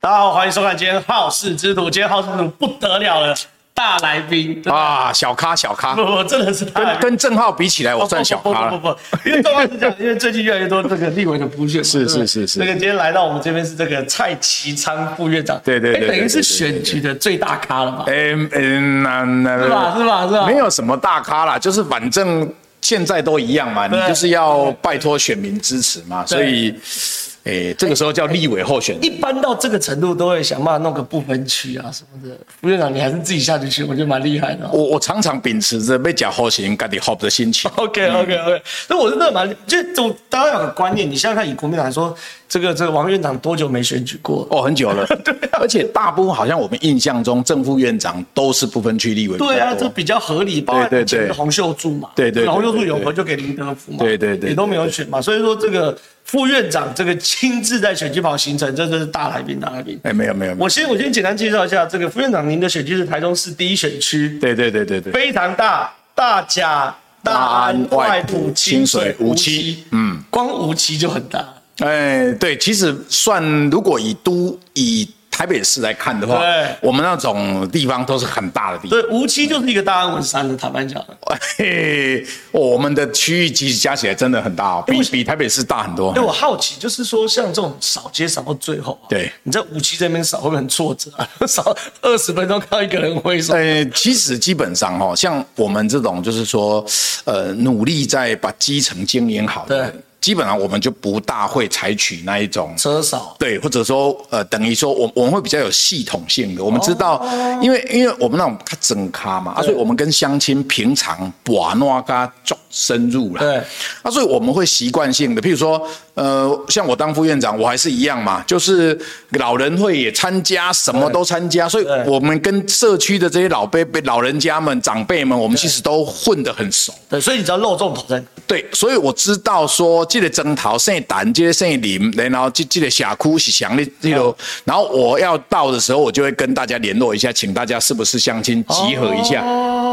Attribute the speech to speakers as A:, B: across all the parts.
A: 大家好，欢迎收看今天《好事之徒》。今天《好事之徒》不得了了，大来宾
B: 啊，小咖小咖，
A: 不不，真的是大来
B: 跟
A: 宾。
B: 跟郑浩比起来，我算小
A: 不哎
B: 咖
A: 不
B: 了。
A: 不不不，因为状况是这样，因为最近越来越多这个立委的补选嘛，
B: 是是
A: 对不对
B: 是是
A: 那个今天来到我们这边是这个蔡其昌副院长，
B: 对对对
A: 哎等于是
B: 对对对
A: 选举的最大咖了嘛，
B: 嗯嗯，那那
A: 是吧？是吧？是吧？
B: 没有什么大咖啦，就是反正现在都一样嘛，你
A: 对
B: 就是要拜托选民支持嘛，所以，诶，这个时候叫立委候选人。
A: 一般到这个程度都会想办法弄个不分区啊什么的。副院长，你还是自己下去选，我觉得蛮厉害的哦、
B: 我我常常秉持着被假候选人干的 hope 的心 情，
A: OK OK OK，那我是真的蛮，就是总大家有个观念，你现在看以国民党来说，这个这个王院长多久没选举过？
B: 哦，很 久了，对、而且大部分好像我们印象中，正副院长都是不分区立委比较多。
A: 对啊，这比较合理，包括以
B: 对对
A: 前的
B: 对
A: 洪秀柱嘛，
B: 对对对
A: 洪秀柱
B: 对对
A: 永和就给林德福嘛，
B: 对对对对
A: 也都没有选嘛，所以说这个副院长这个亲自在选举跑行程，真的是大来宾大来宾。
B: 哎，没有没有，没有
A: 我先我先简单介绍一下，这个副院长您的选区是台中市第一选区，
B: 对对对对对。
A: 非常大，大甲、大安、外埔、清水、无期，嗯，光无期就很大。
B: 哎，对，其实算如果以都以台北市来看的话
A: 对，
B: 我们那种地方都是很大的地方。
A: 对，无期就是一个大安文山的，坦白讲，
B: 嘿，哦我们的区域其实加起来真的很大、哦，比比台北市大很多
A: 因为。哎我好奇，就是说像这种扫街扫到最后、啊，
B: 对
A: 你在无期这边扫会不会很挫折啊？ 扫二十分钟看到一个人挥手，
B: 呃，其实基本上哈、哦，像我们这种就是说，呃，努力在把基层经营好的
A: 对
B: 人，基本上我们就不大会采取那一种
A: 车扫，
B: 对，或者说呃，等于说我我们会比较有系统性的，我们知道，
A: 哦
B: 因为因为我们那种他整咖嘛，啊，所以我们跟乡亲平常把那咖做深入了，
A: 对，
B: 啊，所以我们会习惯性的，譬如说呃，像我当副院长，我还是一样嘛，就是老人会也参加，什么都参加，所以
A: 对
B: 我们跟社区的这些老辈辈、老人家们、长辈们，我们其实都混得很熟。
A: 对，所以你只要露重头在哪
B: 对，所以我知道说，这个征讨姓胆，这个姓林，然后这这个辖区是祥的，这个，然后我要到的时候，我就会跟大家联络一下，请大家是不是相亲集合一下。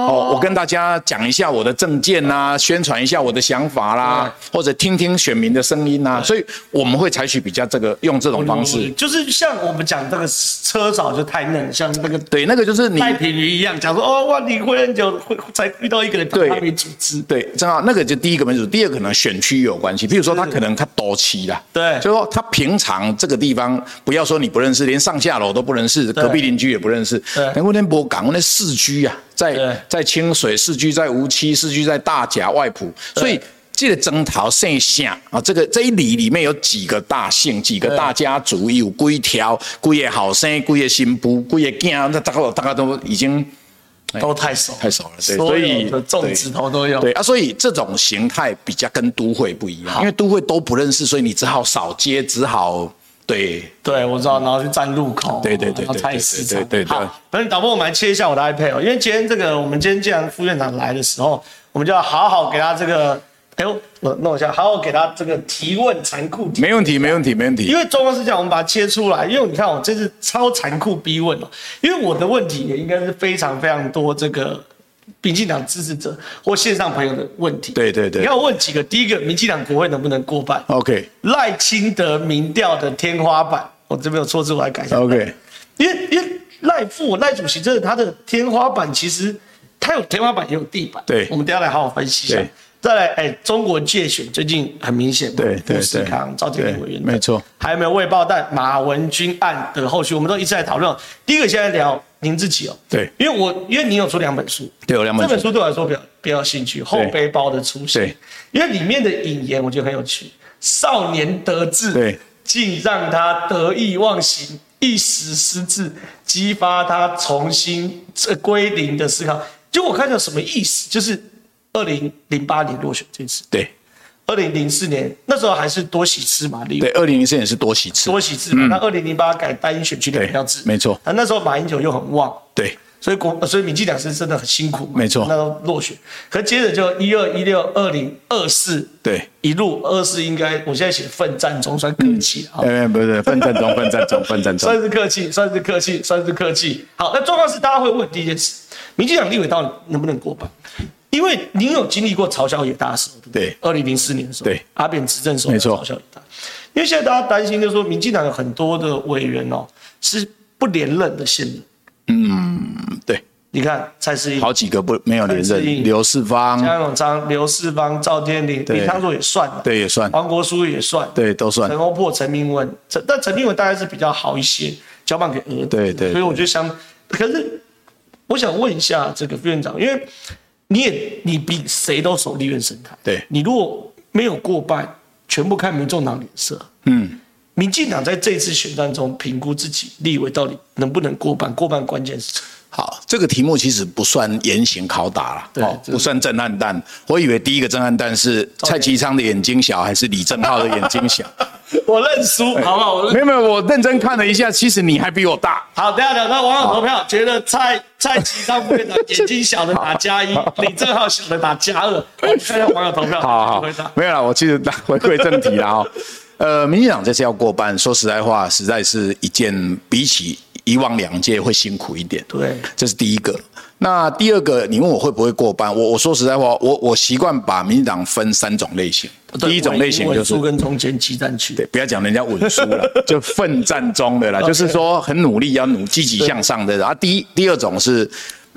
B: 哦，我跟大家讲一下我的证件呐、宣传一下我的想法啦，或者听听选民的声音呐、啊所以我们会采取比较这个用这种方式。
A: 就是像我们讲这个车扫就太嫩，像那个
B: 对，那个就是你
A: 赖品妤一样，讲说哦哇，你挥很久，会才遇到一个人，
B: 对
A: 他没组织，
B: 对，正好那个就第一个民主，第二个可能选区有关系。比如说他可能他多期啦，
A: 对
B: 就是说他平常这个地方，不要说你不认识，连上下楼都不认识，隔壁邻居也不认识。
A: 对
B: 能够那波港那市区啊，
A: 对
B: 在在清水市区，在无期市区，在大甲外埔，所以。这个征讨剩下啊，这个这一里里面有几个大姓，几个大家族，有几条，几个后生，几个新妇，几个囝，那大家大家都已经
A: 都太熟，
B: 哎太少了，对，
A: 所
B: 所
A: 以
B: 以
A: 种植头都有。
B: 对，啊，所以这种形态比较跟都会不一样，因为都会都不认识，所以你只好少接，只好对
A: 对，我知道，然后去站路口，
B: 对对对
A: 然后
B: 对
A: 菜
B: 对
A: 市
B: 对
A: 场。
B: 对对对
A: 好，那导播，我们来切一下我的 iPad 哦，因为今天这个，我们今天既然副院长来的时候，我们就要好好给他这个，哎呦，我弄一下，好好给他这个提问残酷提问。
B: 没问题，没问题，没问题
A: 因。为状况是这样，我们把它切出来，因为你看我这是超残酷逼问哦，因为我的问题也应该是非常非常多这个民进党支持者或线上朋友的问题。
B: 对对对
A: 你看我问几个，第一个，民进党国会能不能过半？
B: OK
A: 赖清德民调的天花板，我这边有错字，我来改一下。
B: OK，
A: 因为因为赖副赖主席真的他的天花板其实他有天花板也有地板，
B: 对
A: 我们等一下来好好分析一下
B: 对。
A: 再来，哎，中国界选最近很明显嘛，
B: 对对
A: 吴世
B: 对
A: 康、赵建林委员等，
B: 对没错
A: 还有没有未爆弹、马文君案的后续，我们都一直在讨论。第一个先来聊您自己哦，
B: 对
A: 因为我因为你有出两本书，
B: 对有两本
A: 这本
B: 书
A: 书对我来说比较比较有兴趣，《后背包的出现》
B: 对，
A: 因为里面的引言我觉得很有趣，少年得志，
B: 对，
A: 竟让他得意忘形，一时失智，激发他重新这归零的思考。就我看到什么意思，就是二零零八年落选这次，
B: 对
A: 二零零四年那时候还是多喜吃马立委
B: 对，二零零四年是多喜次，
A: 多喜制嘛，那二零零八改单一选区的票制，
B: 对没错
A: 那那时候马英九又很旺，
B: 对
A: 所以国呃所以民进党是真的很辛苦嘛，
B: 没错
A: 那都落选。可接着就一二一六二零二四
B: 对。
A: 一路二四应该我现在写奋战中算客气啊，
B: 哎，不是，奋战 中，奋战中，奋战
A: 算
B: 中。
A: 是客气，算是客气，算是客气。好，那状况是大家会问第一件事，民进党立委到底能不能过半？因为您有经历过朝小野大的时候，
B: 对
A: 二零零四年的时候，
B: 对
A: 阿扁执政时候，
B: 没错
A: 朝小野大。因为现在大家担心，就是说民进党有很多的委员哦，是不连任的现任。
B: 对，
A: 你看蔡诗
B: 好
A: 英、
B: 几个不没有连
A: 蔡适应
B: 任，刘世芳
A: 江永昌、刘世芳、赵天麟、
B: 嗯对
A: 李昌硕也算了，
B: 对也算
A: 黄国书也算，
B: 对都算
A: 陈欧破、陈明文，陈但陈明文大概是比较好一些，交棒给儿子，
B: 对对
A: 所以我就想，可是我想问一下这个副院长，因为你也你比谁都熟立院生态，
B: 对
A: 你如果没有过半，全部看民众党脸色，
B: 嗯，
A: 民进党在这次选战中评估自己立委到底能不能过半，过半关键是什么
B: 好，这个题目其实不算严刑拷打了，
A: 对这
B: 不算震撼弹。我以为第一个震撼弹是蔡其昌的眼睛小，还是李正浩的眼睛小？
A: 我认输，好不好？ 我认
B: 没有没有，我认真看了一下，其实你还比我大。
A: 好，等一下聊到网友投票，觉得蔡蔡其昌副院长眼睛小的打加一，李正浩小的打加二。我们看一下网友投票，
B: 好 好
A: 回答，
B: 没有了，我其实回归正题了哦。呃，民进党这次要过半，说实在话，实在是一件比起以往两届会辛苦一点。
A: 对
B: 这是第一个。那第二个，你问我会不会过半？我我说实在话，我我习惯把民进党分三种类型。第一种类型就是
A: 文书跟中间激战区，
B: 对，不要讲人家稳输了，就奋战中的啦，就是说很努力，要努积极向上的人啊。第一，第二种是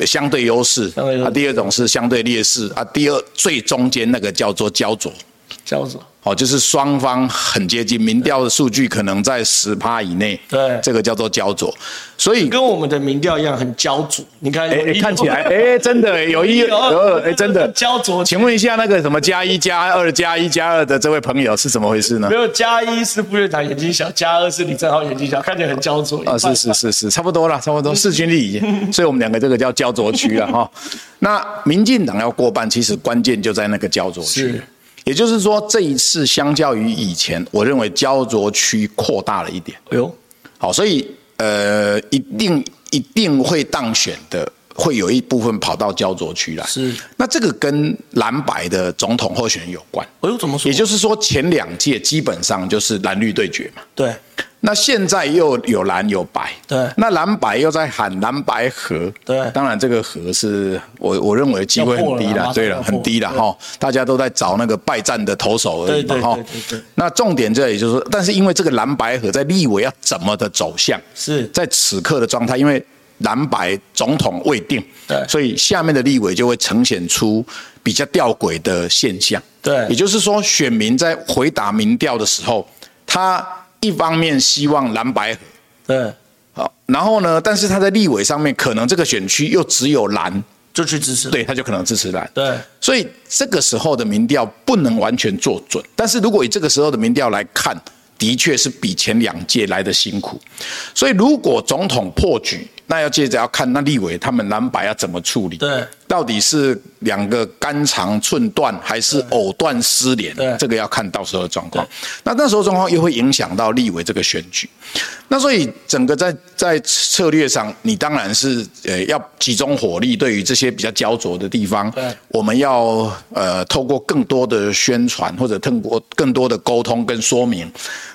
B: 相对优势
A: 相对优势
B: 啊，第二种是相对劣势啊，第二最中间那个叫做焦灼。
A: 叫做
B: 哦，就是双方很接近，民调的数据可能在十趴以内，
A: 对
B: 这个叫做焦灼。所以，
A: 跟我们的民调一样很焦灼。你看，
B: 哎、
A: 有一
B: 哎看起来，哎、真的、有一有二，哎、真的
A: 焦灼。
B: 请问一下，那个什么加一加二加一加二的这位朋友是怎么回事呢
A: 没？有加一是副院长眼睛小，加二是李正浩眼睛小，看起来很焦灼。
B: 啊，是是是是，差不多了，差不
A: 嗯
B: 多势均力敌，所以我们两个这个叫焦灼区 了哈。那民进党要过半，其实关键就在那个焦灼区
A: 是。
B: 也就是说，这一次相较于以前，我认为焦灼区扩大了一点。
A: 哎呦，
B: 好，所以呃，一定一定会当选的，会有一部分跑到焦灼区来。
A: 是，
B: 那这个跟蓝白的总统候选人有关，
A: 哎呦，怎么说？
B: 也就是说前两届基本上就是蓝绿对决嘛。
A: 对
B: 那现在又有蓝有白，
A: 对
B: 那蓝白又在喊蓝白合，
A: 对
B: 当然这个合是我我认为机会很低
A: 要破了
B: 啦
A: 马，上
B: 对
A: 要
B: 了，
A: 破
B: 很低啦
A: 对
B: 哈，大家都在找那个败战的投手而
A: 对
B: 已嘛
A: 对
B: 哈
A: 对对对。
B: 那重点这里就是说，但是因为这个蓝白合在立委要怎么的走向，
A: 是
B: 在此刻的状态，因为蓝白总统未定，
A: 对
B: 所以下面的立委就会呈现出比较吊诡的现象，
A: 对
B: 也就是说，选民在回答民调的时候，他一方面希望蓝白合，
A: 对，
B: 好，然后呢，但是他在立委上面可能这个选区又只有蓝，
A: 就去支持。
B: 对，他就可能支持蓝。
A: 对
B: 所以这个时候的民调不能完全做准，但是如果以这个时候的民调来看，的确是比前两届来的辛苦。所以如果总统破局，那要接着要看那立委他们蓝白要怎么处理。
A: 对
B: 到底是两个肝肠寸断，还是藕断丝连
A: 对？
B: 这个要看到时候的状况。那那时候状况又会影响到立委这个选举。那所以整个在在策略上，你当然是呃要集中火力，对于这些比较焦灼的地方
A: 对，
B: 我们要呃透过更多的宣传或者通过更多的沟通跟说明，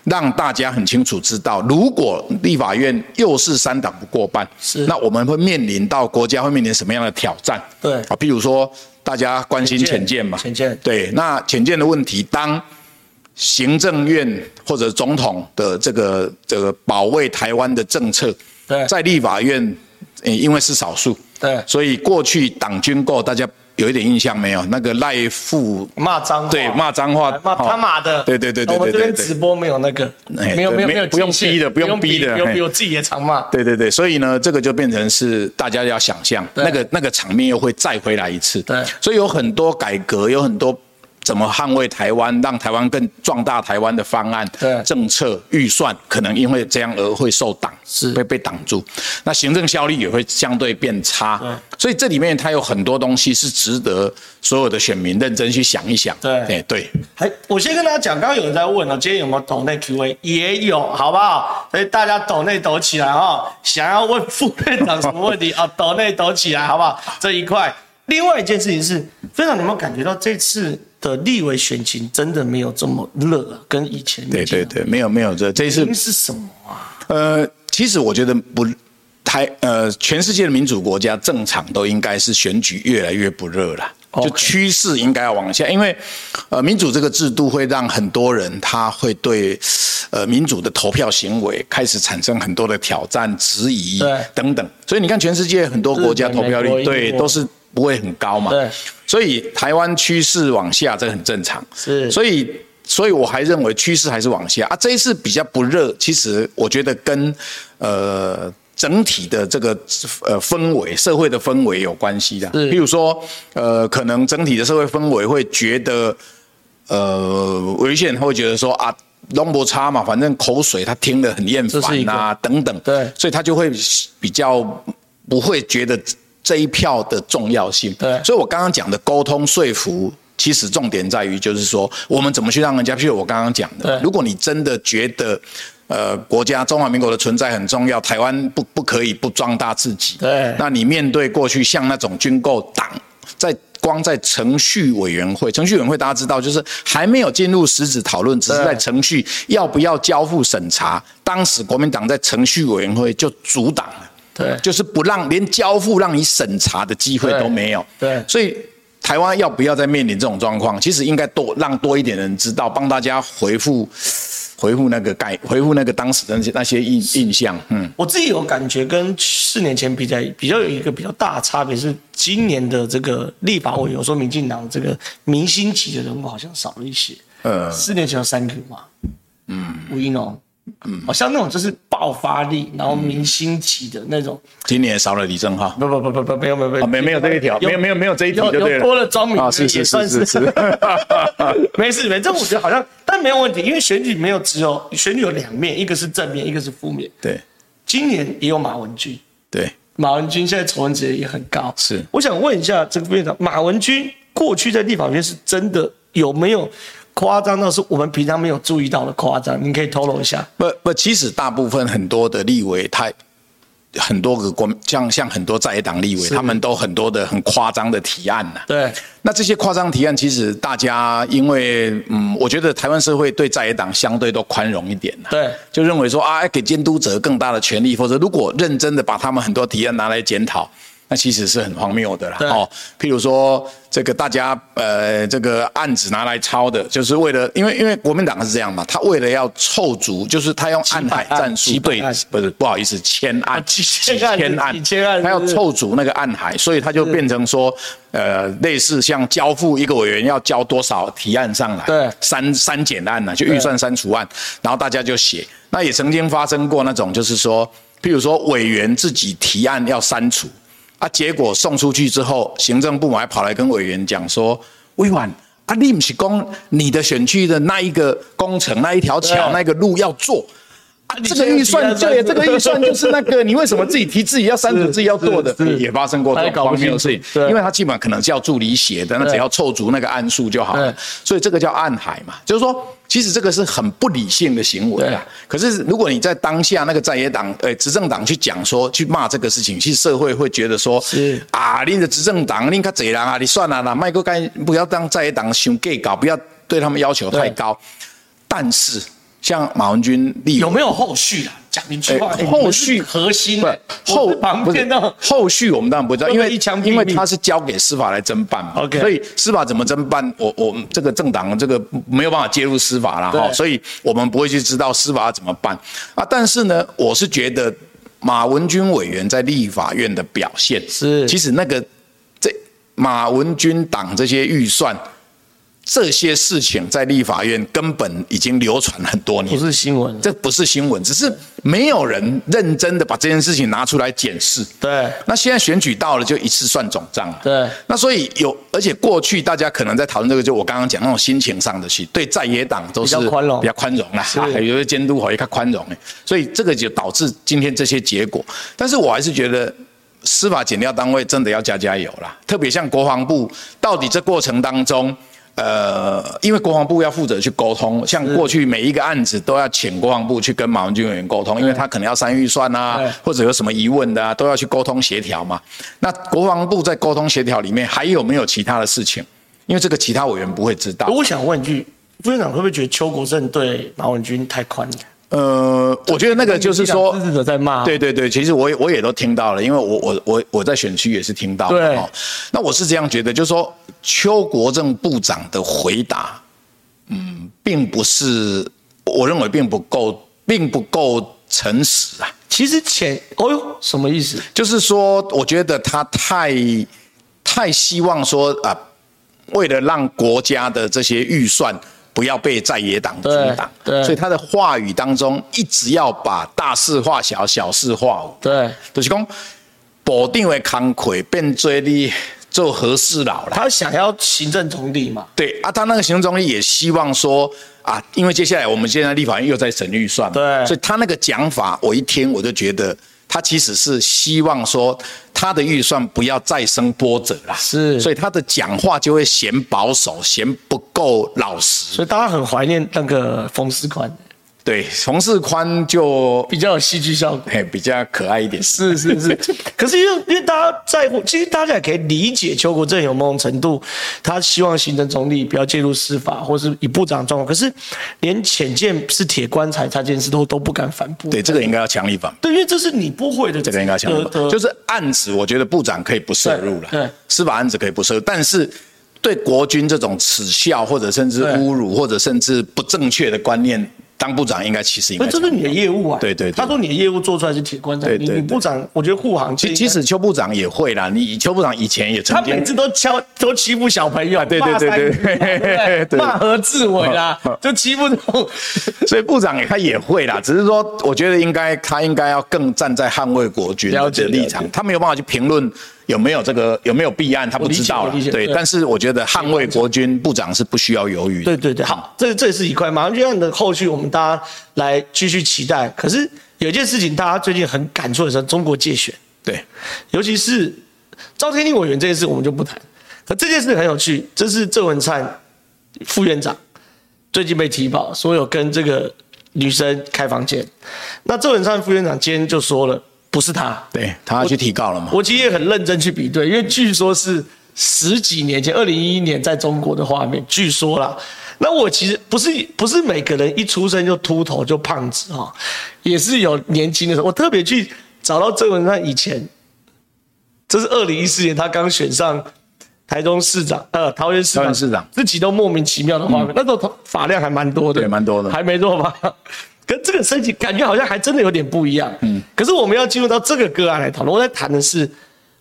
B: 让大家很清楚知道，如果立法院又是三党不过半，
A: 是
B: 那我们会面临到国家会面临什么样的挑战？
A: 对
B: 啊，譬如说大家关心
A: 潜
B: 潜
A: 舰
B: 舰嘛，
A: 潜舰
B: 对，那潜舰的问题，当行政院或者总统的这个这个保卫台湾的政策
A: 对，
B: 在立法院，呃因为是少数，
A: 对
B: 所以过去党军购大家有一点印象没有？那个赖富
A: 骂脏话，
B: 对骂脏话，
A: 哎骂他妈的，
B: 哦对对对对
A: 我们
B: 对
A: 这
B: 对
A: 边
B: 对
A: 直。播没有那个，
B: 哎
A: 没有
B: 对
A: 没有
B: 没
A: 没有
B: 不用
A: 界限
B: 逼的不用逼的
A: 不用逼，
B: 嘿
A: 我自己也常骂，
B: 对对对，所以呢，这个就变成是大家要想象
A: 对
B: 那个那个场面又会再回来一次。
A: 对
B: 所以有很多改革，有很多怎么捍卫台湾，让台湾更壮大台湾的方案、
A: 对
B: 政策、预算，可能因为这样而会受挡，
A: 是
B: 被被挡住。那行政效率也会相对变差。
A: 对
B: 所以这里面它有很多东西是值得所有的选民认真去想一想。
A: 对
B: 哎对，
A: 还，我先跟大家讲，刚刚有人在问哦，今天有没有抖内 Q&A？也有，好不好？所以大家抖内抖起来哦，想要问副院长什么问 题啊？抖内抖起来，好不好？这一块。另外一件事情是，非常有没有感觉到这次的立委选情真的没有这么热啊，跟以前
B: 对对对，没有没有这这一次
A: 对是什么啊？
B: 呃，其实我觉得不台呃，全世界的民主国家正常都应该是选举越来越不热了。就
A: OK
B: 趋势应该要往下，因为呃，民主这个制度会让很多人他会对呃民主的投票行为开始产生很多的挑战、质疑
A: 对
B: 等等。所以你看，全世界很多国家
A: 日本
B: 投票
A: 美国
B: 率
A: 英国
B: 对都是不会很高嘛，
A: 对，
B: 所以台湾趋势往下，这个很正常。
A: 是
B: 所以所以我还认为趋势还是往下啊。这一次比较不热，其实我觉得跟呃整体的这个呃氛围、社会的氛围有关系的。
A: 是
B: 譬如说，呃，可能整体的社会氛围会觉得，呃，有一些人会觉得说啊。龙博差嘛，反正口水他听了很厌
A: 这是一
B: 烦
A: 个
B: 啊，等等，
A: 对
B: 所以他就会比较不会觉得这一票的重要性。
A: 对
B: 所以我刚刚讲的沟通说服，其实重点在于就是说，我们怎么去让人家，譬如我刚刚讲的
A: 对，
B: 如果你真的觉得。呃，国家中华民国的存在很重要，台湾不不可以不壮大自己。
A: 对
B: 那你面对过去像那种军购党，在光在程序委员会，程序委员会大家知道，就是还没有进入实质讨论，只是
A: 对
B: 在程序要不要交付审查。当时国民党在程序委员会就阻挡了。
A: 对，
B: 就是不让连交付让你审查的机会都没有。
A: 对对
B: 所以台湾要不要再面临这种状况？其实应该多让多一点人知道，帮大家回复回复那个概回复那个当时的那些那些印印象。嗯，
A: 我自己有感觉跟四年前比较比较有一个比较大的差别是，今年的这个立法委员说民进党这个明星级的人物好像少了一些。
B: 呃
A: 四年前有三个嘛，嗯，吴一农，嗯，好像那种就是爆发力，然后明星级的那种，
B: 今年少了李正浩。
A: 不不不不不，没有没有没有
B: 嗯啊，没没有这一条，没有没有没有这一题就
A: 有
B: 对
A: 有
B: 了。
A: 多了庄敏
B: 啊，
A: 也
B: 是是
A: 算是
B: 是是是。
A: 没事没事，这我觉得好像，但没有问题，因为选举没有只有选举有两面，一个是正面，一个是负面。
B: 对
A: 今年也有马文君，
B: 对，
A: 马文君现在仇恨值也很高。
B: 是
A: 我想问一下这个院长，马文君过去在立法院是真的有没有夸张到是我们平常没有注意到的夸张？您可以透露一下。
B: 不不，其实大部分很多的立委他。很多个国，像像很多在野党立委，他们都很多的很夸张的提案呐、
A: 对，
B: 那这些夸张提案，其实大家因为嗯，我觉得台湾社会对在野党相对都宽容一点啦
A: 对
B: 就认为说啊，给监督者更大的权利，否则如果认真的把他们很多提案拿来检讨。那其实是很荒谬的啦，
A: 对
B: 哦，譬如说这个大家呃这个案子拿来抄的，就是为了因为因为国民党是这样嘛，他为了要凑足，就是他用暗海
A: 案
B: 战术
A: 几百
B: 对
A: 案，
B: 不是不好意思，千案
A: 几千案
B: 千案
A: 几千案
B: 他要
A: 是不是
B: 凑组那个暗海，所以他就变成说，呃，类似像交付一个委员要交多少提案上来，
A: 对
B: 删删减案啊呢、就预算删除案，然后大家就写。那也曾经发生过那种，就是说，譬如说委员自己提案要删除，啊，结果送出去之后，行政部门还跑来跟委员讲说，委婉。啊，你不是讲你的选区的那一个工程、那一条
A: 对
B: 桥、那个路要做，啊，
A: 你
B: 这个预算
A: 先提案删
B: 对，
A: 除
B: 这个预算就是那个，你为什么自己提自己要删除
A: 是
B: 自己要做的
A: 是是，
B: 也发生过这
A: 他也搞
B: 种
A: 不
B: 荒谬的事
A: 清
B: 情
A: 楚对，
B: 因为他基本上可能叫助理写的，那
A: 对
B: 只要凑足那个案数就好了
A: 对，
B: 所以这个叫暗海嘛，就是说。其实这个是很不理性的行为啊！可是如果你在当下那个在野党、呃执政党去讲说、去骂这个事情，其实社会会觉得说
A: 是
B: 啊，你的执政党你较贼人啊，你算了啦，麦克干不要当在野党想 gay 搞，不要对他们要求
A: 对
B: 太高。但是像马文君立委
A: 有没有后续啊？讲一句话，
B: 哎
A: 哎
B: 后续
A: 你们是核心的
B: 不后
A: 旁
B: 不是
A: 边的
B: 后续我们当然不知道，
A: 会
B: 因
A: 不会
B: 为
A: 一枪毙命
B: 因为他是交给司法来侦办嘛
A: OK
B: 所以司法怎么侦办，我我这个政党这个没有办法介入司法啦，
A: 对
B: 哈，所以我们不会去知道司法怎么办啊。但是呢，我是觉得马文君委员在立法院的表现
A: 是
B: 其实那个这马文君党这些预算。这些事情在立法院根本已经流传很多年
A: 不，是新闻，
B: 这不是新闻，只是没有人认真的把这件事情拿出来检视。
A: 对
B: 那现在选举到了，就一次算总账了。
A: 对
B: 那所以有，而且过去大家可能在讨论这个，就我刚刚讲那种心情上的去，对在野党都是
A: 比较宽容
B: 比较宽容啦，啊、有些监督好也较宽容诶，所以这个就导致今天这些结果。但是我还是觉得。司法检调单位真的要加加油啦，特别像国防部，到底这过程当中，呃，因为国防部要负责去沟通，像过去每一个案子都要请国防部去跟马文军委员沟通，因为他可能要删预算啊
A: 对，
B: 或者有什么疑问的啊，都要去沟通协调嘛。那国防部在沟通协调里面还有没有其他的事情？因为这个其他委员不会知道。
A: 我想问一句，副院长会不会觉得邱国正对马文君太宽了？
B: 呃，我觉得那个就是说
A: 支，持者在骂，
B: 对对对，其实我也我也都听到了，因为我我我我在选区也是听到的
A: 对
B: 哦。那我是这样觉得，就是说邱国正部长的回答，嗯，并不是我认为并不够，并不够诚实啊。
A: 其实前哦呦什么意思？
B: 就是说，我觉得他太太希望说啊，为了让国家的这些预算不要被在野党阻挡，
A: 对对
B: 所以他的话语当中一直要把大事化小，小事化无，
A: 对
B: 就是讲保定的康魁变做你做和事佬啦。
A: 他想要行政同理嘛？
B: 对啊，他那个行政总理也希望说啊，因为接下来我们现在立法院又在审预算嘛，
A: 对
B: 所以他那个讲法，我一听我就觉得他其实是希望说他的预算不要再生波折啦，
A: 是
B: 所以他的讲话就会嫌保守，嫌不够老实。
A: 所以大家很怀念那个冯世宽，
B: 对，冯世宽就
A: 比较有戏剧效果。
B: 嘿比较可爱一点，
A: 是是 是，可是因为因为大家在乎，其实大家也可以理解邱国正有某种程度，他希望行政总理不要介入司法，或是以部长状况。可是连浅见是铁棺材这件事都都不敢反驳。
B: 对这个应该要强力反
A: 对，因为这是你不会的，这
B: 这个应该想法，就是是案子，我觉得部长可以不涉入了，
A: 对对
B: 司法案子可以不涉入，但是对国军这种耻笑或者甚至
A: 对
B: 侮辱或者甚至不正确的观念，当部长应该其实应该
A: 这是你的业务啊。
B: 对对对
A: 他说你的业务做出来是铁棺材，
B: 对
A: 你
B: 对
A: 你
B: 对
A: 部长，我觉得护航啊
B: 其其实邱部长也会啦，你邱部长以前也
A: 他
B: 曾
A: 每
B: 经。
A: 次都敲都欺负小朋友，
B: 对对对对
A: 骂三字嘛对不对
B: 对
A: 骂何志伟啦
B: 嗯嗯，
A: 就欺负这种。
B: 所以部长他也会啦，只是说，我觉得应该他应该要更站在捍卫国军
A: 了解
B: 的立场
A: 了，
B: 他没有办法去评论有没有这个有没有弊案，他不
A: 我理解
B: 知道
A: 我理解
B: 了。对，
A: 对
B: 但是我觉得捍卫国军部长是不需要犹豫的。
A: 对对对，好，这这也是一块，马上就让你的后续我们大家来继续期待。可是有一件事情，大家最近很感触的是中国界选，
B: 对，
A: 尤其是赵天麟委员这件事，我们就不谈。可这件事很有趣，这是郑文灿副院长最近被提报，说有跟这个女生开房间。那郑文灿副院长今天就说了，不是他，
B: 对他要去提告了嘛？
A: 我其实也很认真去比对，因为据说是十几年前，二零一一年在中国的画面，据说啦。那我其实不是不是每个人一出生就秃头就胖子哈、哦，也是有年轻的时候。我特别去找到郑文灿以前，这是二零一四年他刚选上台中市长，呃，桃园市长，
B: 桃园市长嗯
A: 自己都莫名其妙的画面，那时候发量还蛮多的，
B: 对蛮多的
A: 还没做吧？ 跟这个申请感觉好像还真的有点不一样。嗯，可是我们要进入到这个个案来讨论，我在谈的是，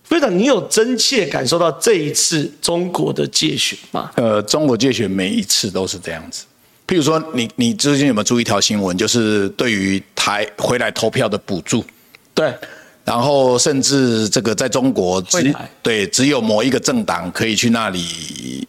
A: 非常你有真切感受到这一次中国的界选吗？
B: 呃，中国界选每一次都是这样子。譬如说，你你最近有没有注意一条新闻，就是对于台回来投票的补助，
A: 对，
B: 然后甚至这个在中国
A: 会
B: 只
A: 台
B: 对只有某一个政党可以去那里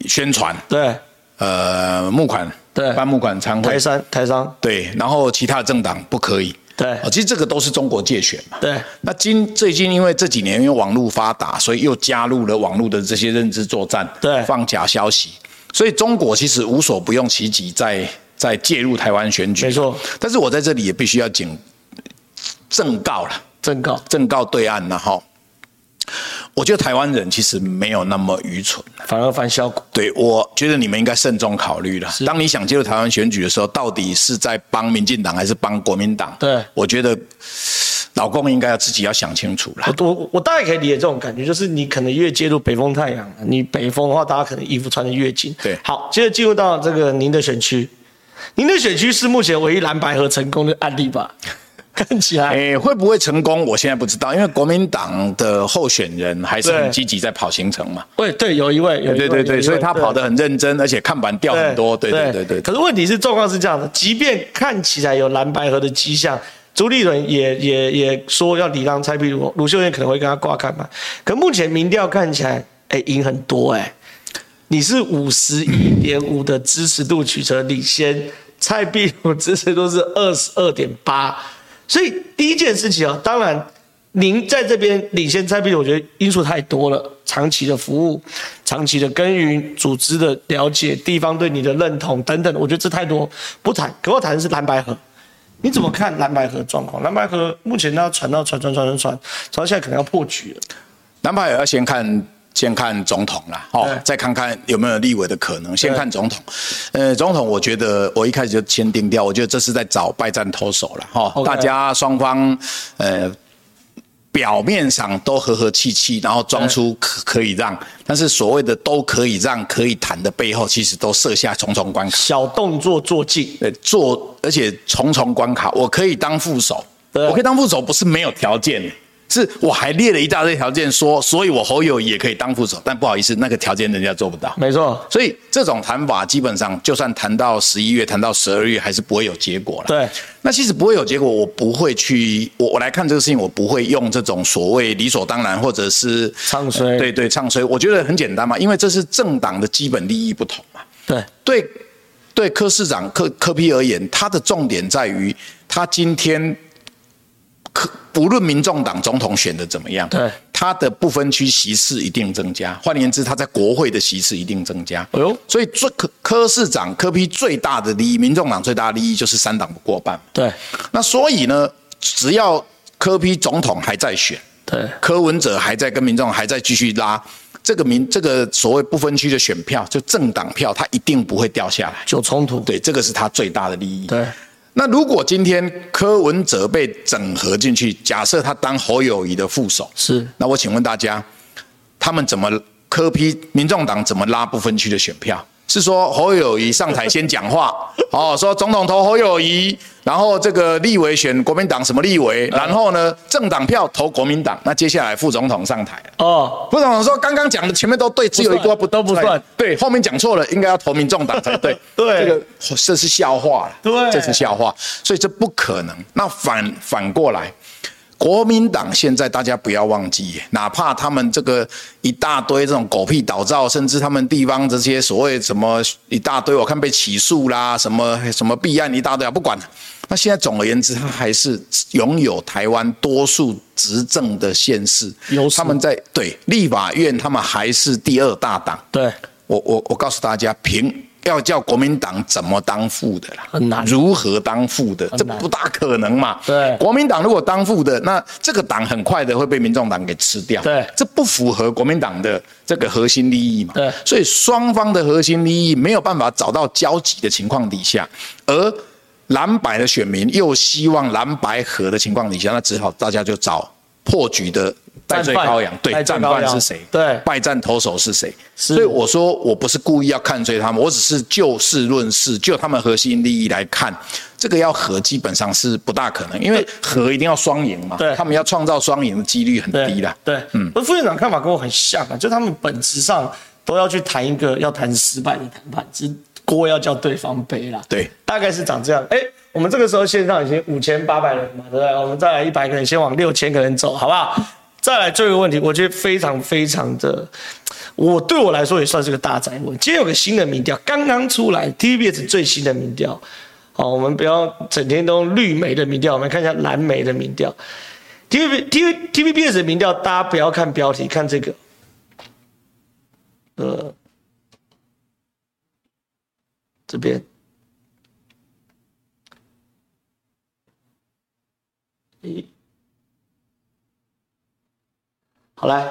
B: 宣传，
A: 对，
B: 呃，募款，
A: 对
B: 办募款参
A: 台
B: 会，
A: 商，台商，
B: 对，然后其他政党不可以。
A: 对
B: 哦其实这个都是中国界选嘛。
A: 对，
B: 那今最近因为这几年因为网络发达，所以又加入了网络的这些认知作战，
A: 对
B: 放假消息，所以中国其实无所不用其极在在介入台湾选举。啊
A: 没错，
B: 但是我在这里也必须要警正告了，
A: 正告，
B: 正告对岸了哈。我觉得台湾人其实没有那么愚蠢。
A: 反而反效果。
B: 对，我觉得你们应该慎重考虑了。当你想介入台湾选举的时候，到底是在帮民进党还是帮国民党？
A: 对
B: 我觉得老公应该要自己要想清楚了。
A: 我我我大概可以理解这种感觉，就是你可能越接触北风太阳，你北风的话，大家可能衣服穿的越紧。
B: 对
A: 好，接着进入到这个您的选区，您的选区是目前唯一蓝白合成功的案例吧？ 看起来，
B: 诶，哎会不会成功？我现在不知道，因为国民党的候选人还是
A: 对
B: 很积极在跑行程嘛。
A: 喂，对，有一位，有一位
B: 对对
A: 有一
B: 对，
A: 位
B: 所以他
A: 对
B: 跑得很认真，而且看板掉很多。对对对对。
A: 可是问题是，状况是这样的，即便看起来有蓝白河的迹象，朱立伦也也也说要礼让蔡壁如，卢秀燕可能会跟他挂看嘛。可目前民调看起来，哎、赢很多哎、你是五十一点五的支持度取得领先，蔡壁如支持度是二十二点八，所以第一件事情啊，当然。您在这边领先蔡壁如，我觉得因素太多了，长期的服务、长期的耕耘、组织的了解、地方对你的认同等等，我觉得这太多不谈。可我谈的是蓝白河，你怎么看蓝白河的状况？蓝白河目前它传到传传传传传，传到现在可能要破局了。
B: 南派也要先看先看总统啦，哦
A: 对，
B: 再看看有没有立委的可能。先看总统，呃，总统我觉得我一开始就先定掉，我觉得这是在找败战投手了，哈、
A: OK
B: 大家双方呃表面上都和和气气，然后装出可可以让，但是所谓的都可以让可以谈的背后，其实都设下重重关卡。
A: 小动作做尽，
B: 呃，做而且重重关卡，我可以当副手，
A: 对啊
B: 我可以当副手不是没有条件，是我还列了一大堆条件说，所以我侯友宜也可以当副手，但不好意思，那个条件人家做不到。
A: 没错，
B: 所以这种谈法基本上，就算谈到十一月，谈到十二月，还是不会有结果了。
A: 对，
B: 那其实不会有结果，我不会去，我我来看这个事情，我不会用这种所谓理所当然或者是呃
A: 唱衰
B: 对对唱衰。我觉得很简单嘛，因为这是政党的基本利益不同嘛。
A: 对，
B: 对对柯市长柯柯批而言，他的重点在于他今天可不论民众党总统选的怎么样，
A: 对
B: 他的不分区席次一定增加。换言之，他在国会的席次一定增加。
A: 哎呦
B: 所以最柯柯市长柯批最大的利益，民众党最大的利益就是三党不过半。
A: 对，
B: 那所以呢，只要柯批总统还在选，
A: 对，
B: 柯文哲还在跟民众还在继续拉，这个民这个所谓不分区的选票，就政党票，它一定不会掉下来。
A: 就冲突，
B: 对，这个是他最大的利益。
A: 对，
B: 那如果今天柯文哲被整合进去，假设他当侯友谊的副手，
A: 是
B: 那我请问大家，他们怎么柯批民众党怎么拉不分区的选票？是说侯友谊上台先 讲话，哦，说总统投侯友谊，然后这个立委选国民党什么立委，
A: 嗯
B: 然后呢政党票投国民党，那接下来副总统上台了。
A: 哦，
B: 副总说刚刚讲的前面都对，只有一个不
A: 都不算。
B: 对，后面讲错了，应该要投民众党才对
A: 对
B: 这个这是笑话了，
A: 对
B: 这是笑话，所以这不可能。那反反过来。国民党现在大家不要忘记耶，哪怕他们这个一大堆这种狗屁倒灶，甚至他们地方这些所谓什么一大堆，我看被起诉啦，什么什么弊案一大堆啊，不管了。那现在总而言之，他还是拥有台湾多数执政的县市
A: 优，势
B: 他们在对立法院，他们还是第二大党。
A: 对，
B: 我我我告诉大家，凭要叫国民党怎么当副的啦，
A: 很难
B: 如何当副的，这
A: 难
B: 不大可能嘛。
A: 对
B: 国民党如果当副的，那这个党很快的会被民众党给吃掉。
A: 对
B: 这不符合国民党的这个核心利益嘛。
A: 对
B: 所以双方的核心利益没有办法找到交集的情况底下，而蓝白的选民又希望蓝白合的情况底下，那只好大家就找破局的戴罪
A: 战犯
B: 羔羊，对，
A: 戴罪
B: 战
A: 羔
B: 犯
A: 羊
B: 是谁？
A: 对
B: 拜占投手是谁。所以我说我不是故意要看衰他们，我只是就事论事，就他们核心利益来看，这个要和基本上是不大可能，因为和一定要双赢嘛
A: 对，
B: 他们要创造双赢的几率很
A: 对，
B: 低啦。
A: 对，嗯，而副院长看法跟我很像啊，就他们本质上都要去谈一个要谈失败的谈判，只是锅要叫对方背啦。
B: 对，
A: 大概是长这样。哎、我们这个时候线上已经五千八百人嘛，对不对？我们再来一百个人，先往六千个人走，好不好？再来最后一个问题，我觉得非常非常的，我对我来说也算是个大灾问。今天有个新的民调刚刚出来，TBS 最新的民调，好，我们不要整天都用绿媒的民调，我们看一下蓝媒的民调。T V T V T V B S 的民调，大家不要看标题，看这个，呃，这边，一，好来，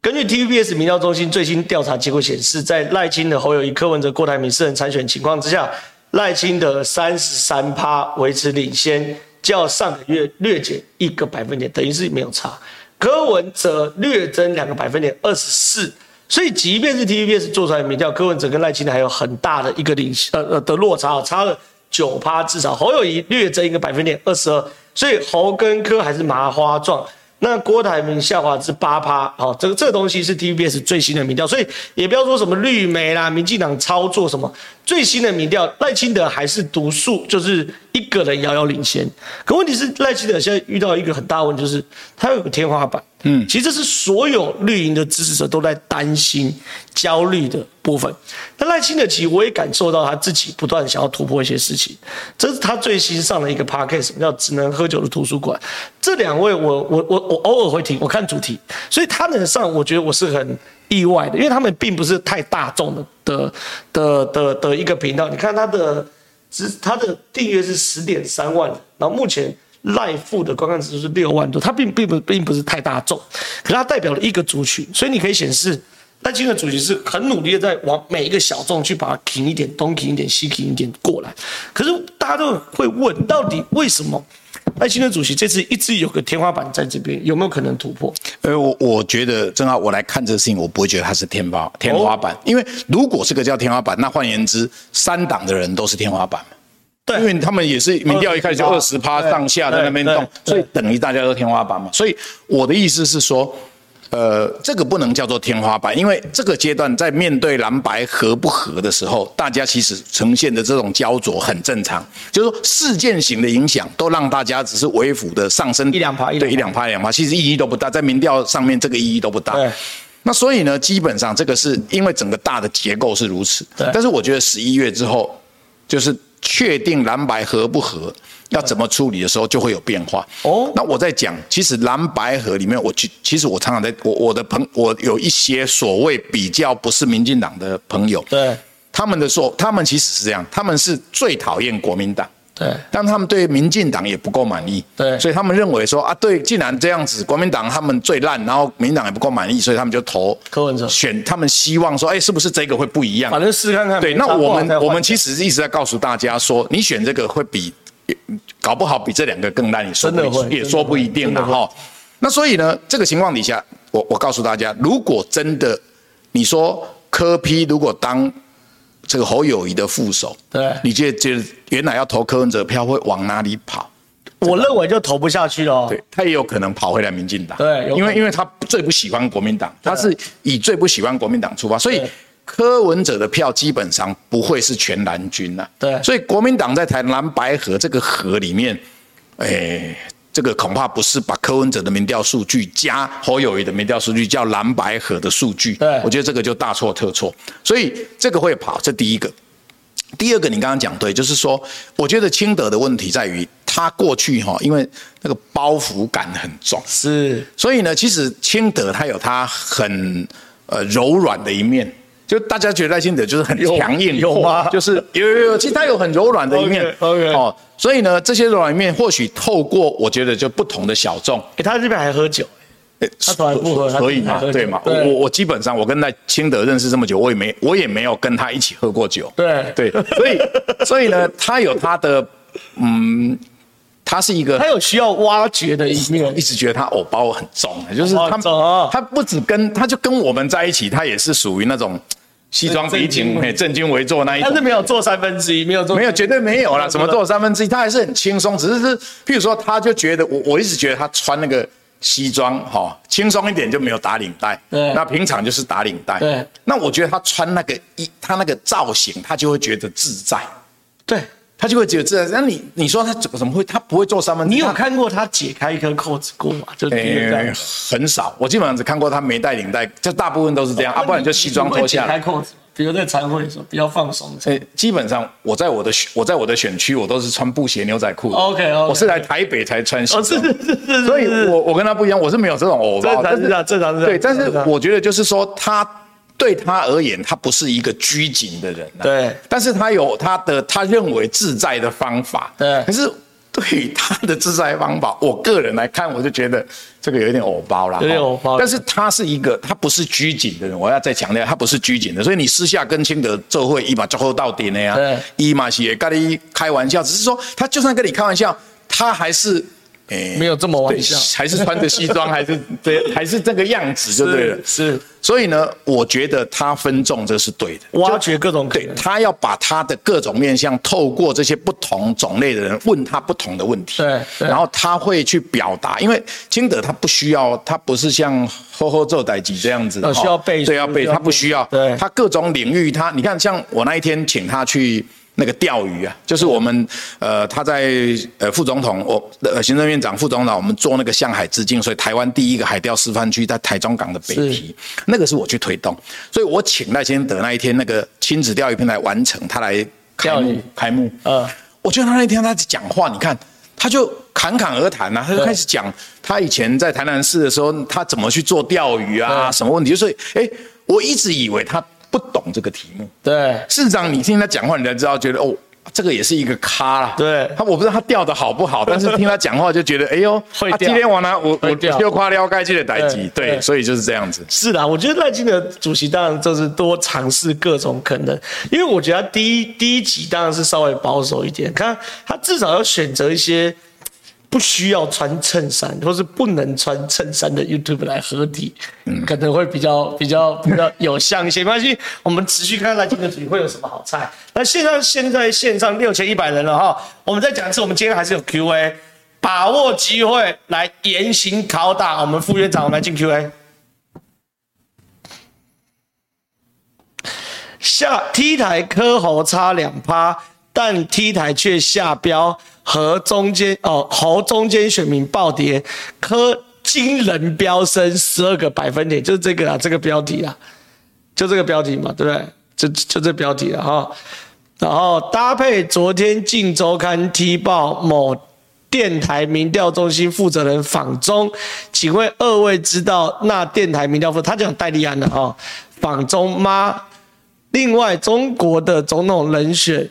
A: 根据 T V B S 民调中心最新调查结果显示，在赖清德、侯友谊、柯文哲、郭台铭四人参选情况之下，赖清德三十三趴维持领先，较上个月略减一个百分点，等于是没有差。柯文哲略增两个百分点，二十四。所以，即便是 T V B S 做出来的民调，柯文哲跟赖清德还有很大的一个领呃呃的落差，差了九趴至少。侯友谊略增一个百分点，二十二。所以侯跟柯还是麻花状。那郭台铭下滑至八趴，好、这个这个东西是 TVBS 最新的民调，所以也不要说什么绿媒啦、民进党操作什么，最新的民调赖清德还是独树，就是一个人遥遥领先。可问题是赖清德现在遇到一个很大的问题，就是他有个天花板，嗯，其实这是所有绿营的支持者都在担心、焦虑的部分。那赖清德其实我也感受到他自己不断想要突破一些事情，这是他最新上的一个 podcast，叫《只能喝酒的图书馆》。这两位我我我我偶尔会听，我看主题，所以他能上，我觉得我是很意外的，因为他们并不是太大众的的的的的一个频道。你看他的只他的订阅是十点三万人，然后目前赖富的观看指数是六万多，它并并不并不是太大众，可它代表了一个族群，所以你可以显示赖清德主席是很努力的在往每一个小众去把它挺一点，东挺一点，西挺一点过来。可是大家都会问，到底为什么赖清德主席这次一直有个天花板在这边，有没有可能突破？
B: 呃，我我觉得正好我来看这个事情，我不会觉得它是天
A: 哦
B: 花天花板，因为如果这个叫天花板，那换言之，三党的人都是天花板。
A: 对
B: 因为他们也是民调一开始就二十趴上下在那边动，
A: 对对对
B: 所以等于大家都天花板嘛。所以我的意思是说，呃，这个不能叫做天花板，因为这个阶段在面对蓝白合不合的时候，大家其实呈现的这种焦灼很正常，就是说事件型的影响都让大家只是微幅的上升
A: 一两趴一两
B: 对
A: 趴
B: 一两趴一两趴，其实意义都不大，在民调上面这个意义都不大。
A: 对
B: 那所以呢，基本上这个是因为整个大的结构是如此
A: 对。
B: 但是我觉得十一月之后，就是确定蓝白合不合，要怎么处理的时候，就会有变化。
A: 哦
B: 那我在讲，其实蓝白合里面，我其其实我常常在我我的朋，我有一些所谓比较不是民进党的朋友，
A: 对
B: 他们的说，他们其实是这样，他们是最讨厌国民党。
A: 对
B: 但他们对民进党也不够满意，
A: 对
B: 所以他们认为说啊，对，既然这样子，国民党他们最烂，然后民进党也不够满意，所以他们就投
A: 柯文哲
B: 选，他们希望说，哎，是不是这个会不一样？
A: 反正试看看。
B: 对，
A: 没
B: 那
A: 差不
B: 我
A: 好再
B: 们
A: 换
B: 我们其实一直在告诉大家说，你选这个会比，搞不好比这两个更烂，你说
A: 真的
B: 不
A: 会
B: 一也说不一定
A: 真的
B: 了
A: 会
B: 哈。那所以呢，这个情况底下，我我告诉大家，如果真的你说柯批如果当这个侯友谊的副手，
A: 对
B: 你觉得觉得原来要投柯文哲票会往哪里跑？
A: 我认为就投不下去了哦。
B: 对他也有可能跑回来民进党，
A: 对有可能
B: 因为因为他最不喜欢国民党，他是以最不喜欢国民党出发，所以
A: 对
B: 柯文哲的票基本上不会是全蓝军呐、
A: 对
B: 所以国民党在谈蓝白河这个河里面，哎。这个恐怕不是把柯文哲的民调数据加侯友谊的民调数据叫蓝白河的数据，
A: 对
B: 我觉得这个就大错特错，所以这个会跑，这第一个。第二个，你刚刚讲对，就是说，我觉得清德的问题在于他过去哈，因为那个包袱感很重，
A: 是
B: 所以呢，其实清德他有他很呃柔软的一面，就大家觉得赖清德就是很
A: 有
B: 强硬，
A: 有吗
B: 就是有有有，其实他有很柔软的一面
A: OK，OK
B: 哦，所以呢，这些柔软一面或许透过我觉得就不同的小众，
A: 欸，他这边还喝酒，他从来不喝他
B: 所以嘛
A: 从来不，喝
B: 对嘛，
A: 酒对
B: 我我基本上我跟赖清德认识这么久，我也没我也没有跟他一起喝过酒，
A: 对
B: 对，所以所以呢，他有他的嗯，他是一个
A: 他有需要挖掘的一 面
B: 一。直觉得他偶包很重，就是
A: 偶包
B: 他
A: 很重哦
B: 他不只跟他就跟我们在一起，他也是属于那种西装笔
A: 正
B: 挺、
A: 襟
B: 嘿正襟危坐那一
A: 但
B: 种
A: 是。没有做三分之一，没有做
B: 没有，绝对没有啦！
A: 知
B: 怎
A: 道
B: 么做三分之一？他还是很轻松，只是是，譬如说，他就觉得我我一直觉得他穿那个西装哈、哦轻松一点就没有打领带，
A: 对
B: 那平常就是打领带，
A: 对。
B: 那我觉得他穿那个衣，他那个造型，他就会觉得自在，
A: 对。
B: 他就会觉得自在。那你你说他怎么怎么会？他不会做三分之一？
A: 你有
B: 他
A: 看过他解开一颗扣子过吗？就是第一个这
B: 诶
A: 样，
B: 哎很少，我基本上只看过他没带领带，就大部分都是这样，啊，不然就西装脱
A: 哦你
B: 下
A: 会解开
B: 来。
A: 扣子，比如在餐会的时候比较放松。
B: 诶，基本上我在我的选我在我的选区，我都是穿布鞋牛仔裤的。
A: OK，OK
B: 我是来台北才穿西
A: 哦，是
B: 装，
A: 是是是，
B: 所以
A: 是
B: 我我跟他不一样，我是没有这种偶包
A: 正。常
B: 但
A: 哦是这样，正常是这样。
B: 对，但是
A: 正常
B: 我觉得就是说，他对他而言，他不是一个拘谨的人、啊，
A: 对
B: 但是他有他的他认为自在的方法，
A: 对
B: 可是。对于他的自在方法，我个人来看，我就觉得这个有一点偶包啦，
A: 有点偶包
B: 但是他是一个，他不是拘谨的人，我要再强调，他不是拘谨的，所以你私下跟清德做会，一把最后到底的呀、
A: 对
B: 一嘛是也跟你开玩笑，只是说他就算跟你开玩笑，他还是诶、
A: 没有这么玩
B: 对
A: 笑，
B: 还是穿着西 装，还是对，还是这个样子就对了。
A: 是是
B: 所以呢，我觉得他分众这是对的，
A: 挖掘各种可
B: 对
A: 能。
B: 他要把他的各种面向，透过这些不同种类的人问他不同的问题，
A: 对对
B: 然后他会去表达，因为金德他不需要，他不是像吼吼做代级这样子，
A: 呃需要背书
B: 哦对，要背，
A: 需要
B: 他不需要，
A: 对
B: 他各种领域，他你看，像我那一天请他去。那个钓鱼啊，就是我们呃，他在呃副总统，我呃行政院长副总统，我们做那个向海致敬，所以台湾第一个海钓示范区在台中港的北
A: 是
B: 堤，那个是我去推动，所以我请赖先德那一天那个亲子钓鱼平台完成，他来开
A: 钓
B: 幕
A: 鱼
B: 开幕。
A: 嗯
B: 我觉得他那天他讲话，你看他就侃侃而谈啊，他就开始讲他以前在台南市的时候，他怎么去做钓鱼啊，
A: 对
B: 什么问题，就是哎，我一直以为他不懂这个题目，
A: 对
B: 事实上你听他讲话，你才知道，觉得哦，这个也是一个咖啦。
A: 对
B: 他我不知道他调的好 不好，但是听他讲话就觉得，哎呦，
A: 会
B: 啊
A: 调
B: 今天我呢，我我
A: 会调
B: 又夸撩该这个代
A: 对
B: 级，对，
A: 对
B: 所以就是这样子。
A: 是啊啦，我觉得赖清德主席当然就是多尝试各种可能，因为我觉得他第一第一集当然是稍微保守一点，看他至少要选择一些不需要穿衬衫或是不能穿衬衫的 YouTube 来合体，可能会比较比较比较有像一些。没关系，我们持续看看赖清德主席会有什么好菜。那线上现在线上六千一百人了哈，我们再讲一次，我们今天还是有 Q&A，把握机会来严刑拷打我们副院长，我们来进 Q&A。下 T 台科猴差两趴，但 T 台却下标，和中间哦猴中间选民暴跌，科惊人飙升十二个百分点，就是这个啊，这个标题啊，就这个标题嘛，对不对？就就这标题了哈。然后搭配昨天《镜周刊》踢爆某电台民调中心负责人访中，请问二位知道那电台民调负他讲戴利安的哦，访中吗？另外，中国的总统人选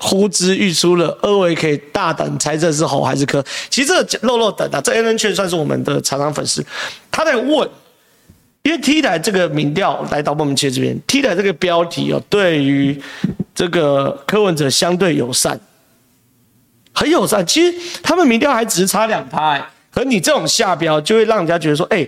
A: 呼之欲出了，二位可以大胆猜测是猴还是科。其实这肉肉等啊，这 N N 券算是我们的常常粉丝，他在问，因为 T 台这个民调来导播我们切这边，T 台这个标题哦，对于这个柯文哲相对友善，很友善。其实他们民调还只是差两趴、哎可你这种下标就会让人家觉得说，哎、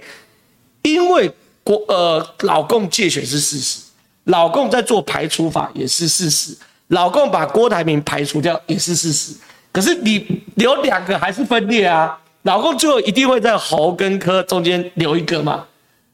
A: 因为国呃老共借选是事实，老共在做排除法也是事实，老共把郭台铭排除掉也是事实。可是你留两个还是分裂啊？老共最后一定会在侯跟柯中间留一个嘛？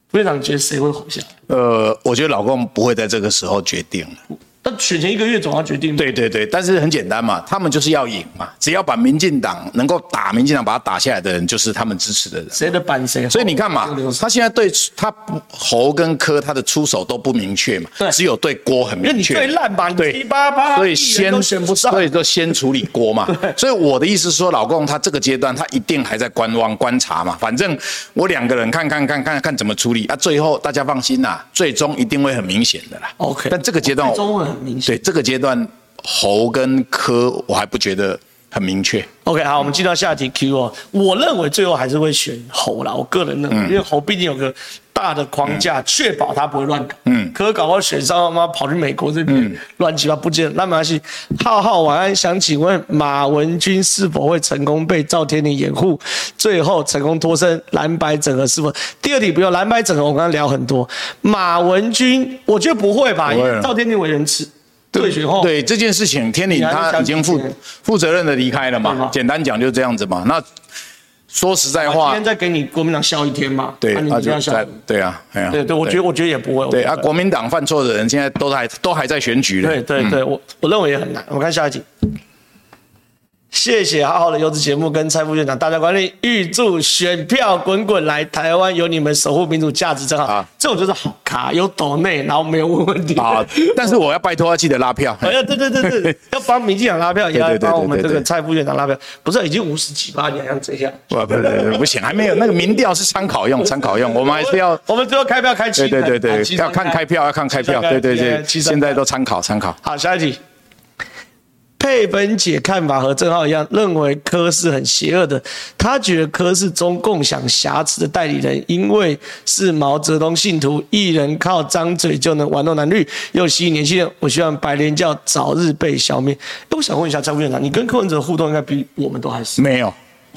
A: 副院长你觉得谁会活下来？
B: 呃，我觉得老公不会在这个时候决定了。
A: 那选前一个月总要决定嘛
B: 对对对，但是很简单嘛，他们就是要赢嘛，只要把民进党能够打民进党把他打下来的人，就是他们支持的人。
A: 谁的板谁。
B: 所以你看
A: 哦
B: 嘛，他现在对他不侯跟柯他的出手都不明确嘛
A: 对，
B: 只有对郭很
A: 因为
B: 明
A: 你
B: 确。
A: 最烂吧，你
B: 对
A: 七八八，
B: 所以
A: 一人
B: 先
A: 都选不上
B: 所。以就先处理 锅嘛。所以我的意思是说，老公他这个阶段他一定还在观望观察嘛，反正我两个人看看看看看怎么处理啊，最后大家放心啦，最终一定会很明显的啦。
A: 哦 OK
B: 但这个阶段
A: 中文很明显。
B: 对这个阶段侯跟柯我还不觉得很明确。
A: OK，好，我们进到下一题 Q 哦。我认为最后还是会选猴啦，我个人认为，
B: 嗯
A: 因为猴毕竟有个大的框架，确保他不会乱搞。嗯，可搞不好选上他妈跑去美国这
B: 嗯
A: 边乱七八不见了，那没关系。浩浩晚安，想请问马文君是否会成功被赵天林掩护，最后成功脱身？蓝白整合是否？第二题不用蓝白整合，我们刚刚聊很多。马文君，我觉得不会吧，
B: 不
A: 因
B: 会啊
A: 为赵天林委员吃对决后，
B: 对这件事情，天理
A: 你还是
B: 他
A: 想
B: 已经负
A: 解决
B: 负责任的离开了
A: 对吗
B: 嘛。简单讲就这样子嘛。那说实在
A: 啊今
B: 话
A: 天，再给你国民党笑一天嘛，
B: 对，
A: 啊、你
B: 那
A: 们就
B: 就
A: 要笑
B: 在。对啊，哎呀，
A: 对对，我觉得我觉得也不会。我
B: 对
A: 觉
B: 啊，
A: 得
B: 国民党犯错的人现在都还都还在选举了。嗯
A: 对对对，我我认为也很难。我看下一集。谢谢浩浩的优质节目跟蔡副院长大家管理，预祝选票滚滚来，台湾有你们守护民主价值真好。
B: 啊
A: 这种就是好卡，有抖内，然后没有问问题。
B: 啊，但是我要拜托要记得拉票。
A: 哎呀，对对对 对，要帮民进党拉票，也要
B: 对对对
A: 帮我们
B: 对
A: 这
B: 对
A: 个
B: 对
A: 蔡副院长拉票。不是已经五十几八年像这样？
B: 不不不，不行，还没有那个民调是参考 用，参考用，我们还是要。
A: 我们最后开票开七
B: 对
A: 成，
B: 对对
A: 啊
B: 对，要看开。票，要看开票，对对对，
A: 七三开
B: 现在都参考参考。
A: 好，下一题。佩芬姐看法和郑浩一样，认为柯是很邪恶的。她觉得柯是中共想挟持的代理人，因为是毛泽东信徒，一人靠张嘴就能玩弄男女，又吸引年轻人。我希望白莲教早日被消灭。哎我想问一下蔡副院长，你跟柯文哲互动应该比我们都还熟？
B: 没有，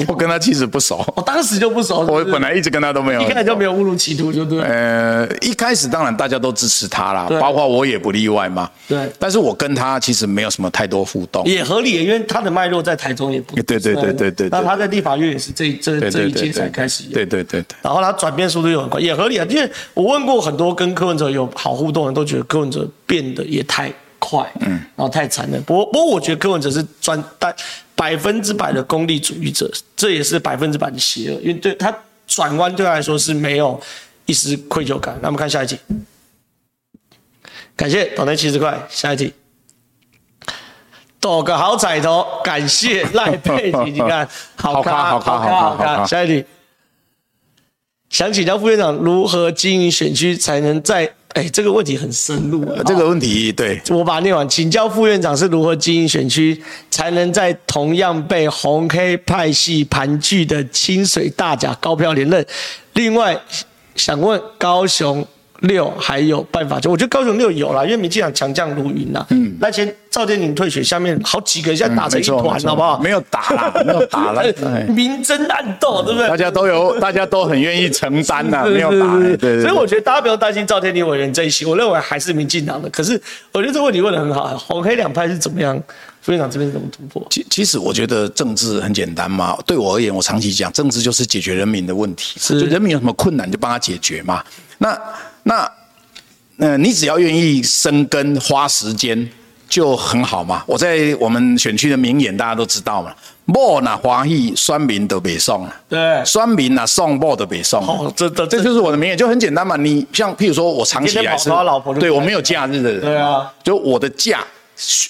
B: 我跟他其实不熟，
A: 我哦当时就不熟，
B: 我
A: 是不是
B: 本来一直哦跟他都没有
A: 一。开始就没有误入歧途，就对了。
B: 呃，一开始当然大家都支持他啦
A: 对，
B: 包括我也不例外嘛。
A: 对
B: 但是我跟他其实没有什么太多互动。
A: 也合理，因为他的脉络在台中也不
B: 对对对对对对
A: 那他在立法院也是这这
B: 对
A: 这
B: 对
A: 一
B: 对
A: 届
B: 对，
A: 才开始有
B: 对对对对。
A: 然后他转变速度又很快，也合理啊。因为我问过很多跟柯文哲有好互动的人，都觉得柯文哲变得也太快，嗯，然后太残忍。不过，不过我觉得柯文哲是专单百分之百的功利主义者，这也是百分之百的邪恶，因为对他转弯对他来说是没有一丝愧疚感。那我们看下一题，感谢董内七十块，下一题。抖个好彩头，感谢赖佩琪，你 看，好咖，
B: 好咖好咖
A: 咖，
B: 好咖好咖
A: 下一题，想请教副院长如何经营选区，才能在哎，这个问题很深入啊
B: 呃，这个问题对，
A: 我把它念完，请教副院长是如何经营选区，才能在同样被红黑派系盘踞的清水大甲高票连任？另外，想问高雄六还有办法？就我觉得高雄六有啦，因为民进党强将如云啦。嗯，那前赵天麟退选，下面好几个现在打成一
B: 嗯没错
A: 团
B: 没，错
A: 好不好？
B: 没有打 啦没有打啦哎
A: 明争暗斗，对不对？
B: 大家都有，大家都很愿意承担呐，没有打，哎对对。对
A: 所以我觉得大家不要担心赵天麟委员这一席，我认为还是民进党的。可是我觉得这个问题问的很好，红黑两派是怎么样？副院长这边是怎么突破？
B: 其其实我觉得政治很简单嘛，对我而言，我长期讲，政治就是解决人民的问题，
A: 是
B: 就人民有什么困难就帮他解决嘛。那那呃，你只要愿意生根花时间就很好嘛。我在我们选区的名言大家都知道嘛，莫那华裔酸民都北送了。
A: 对
B: 酸民呐、送报的北送，
A: 哦这这
B: 这就是我的名言，就很简单嘛。你像譬如说，我长期以来
A: 你今
B: 是
A: 天跑到老婆就
B: 对
A: 不
B: 我
A: 开心
B: 没有假日的人，
A: 对啊，
B: 就我的假，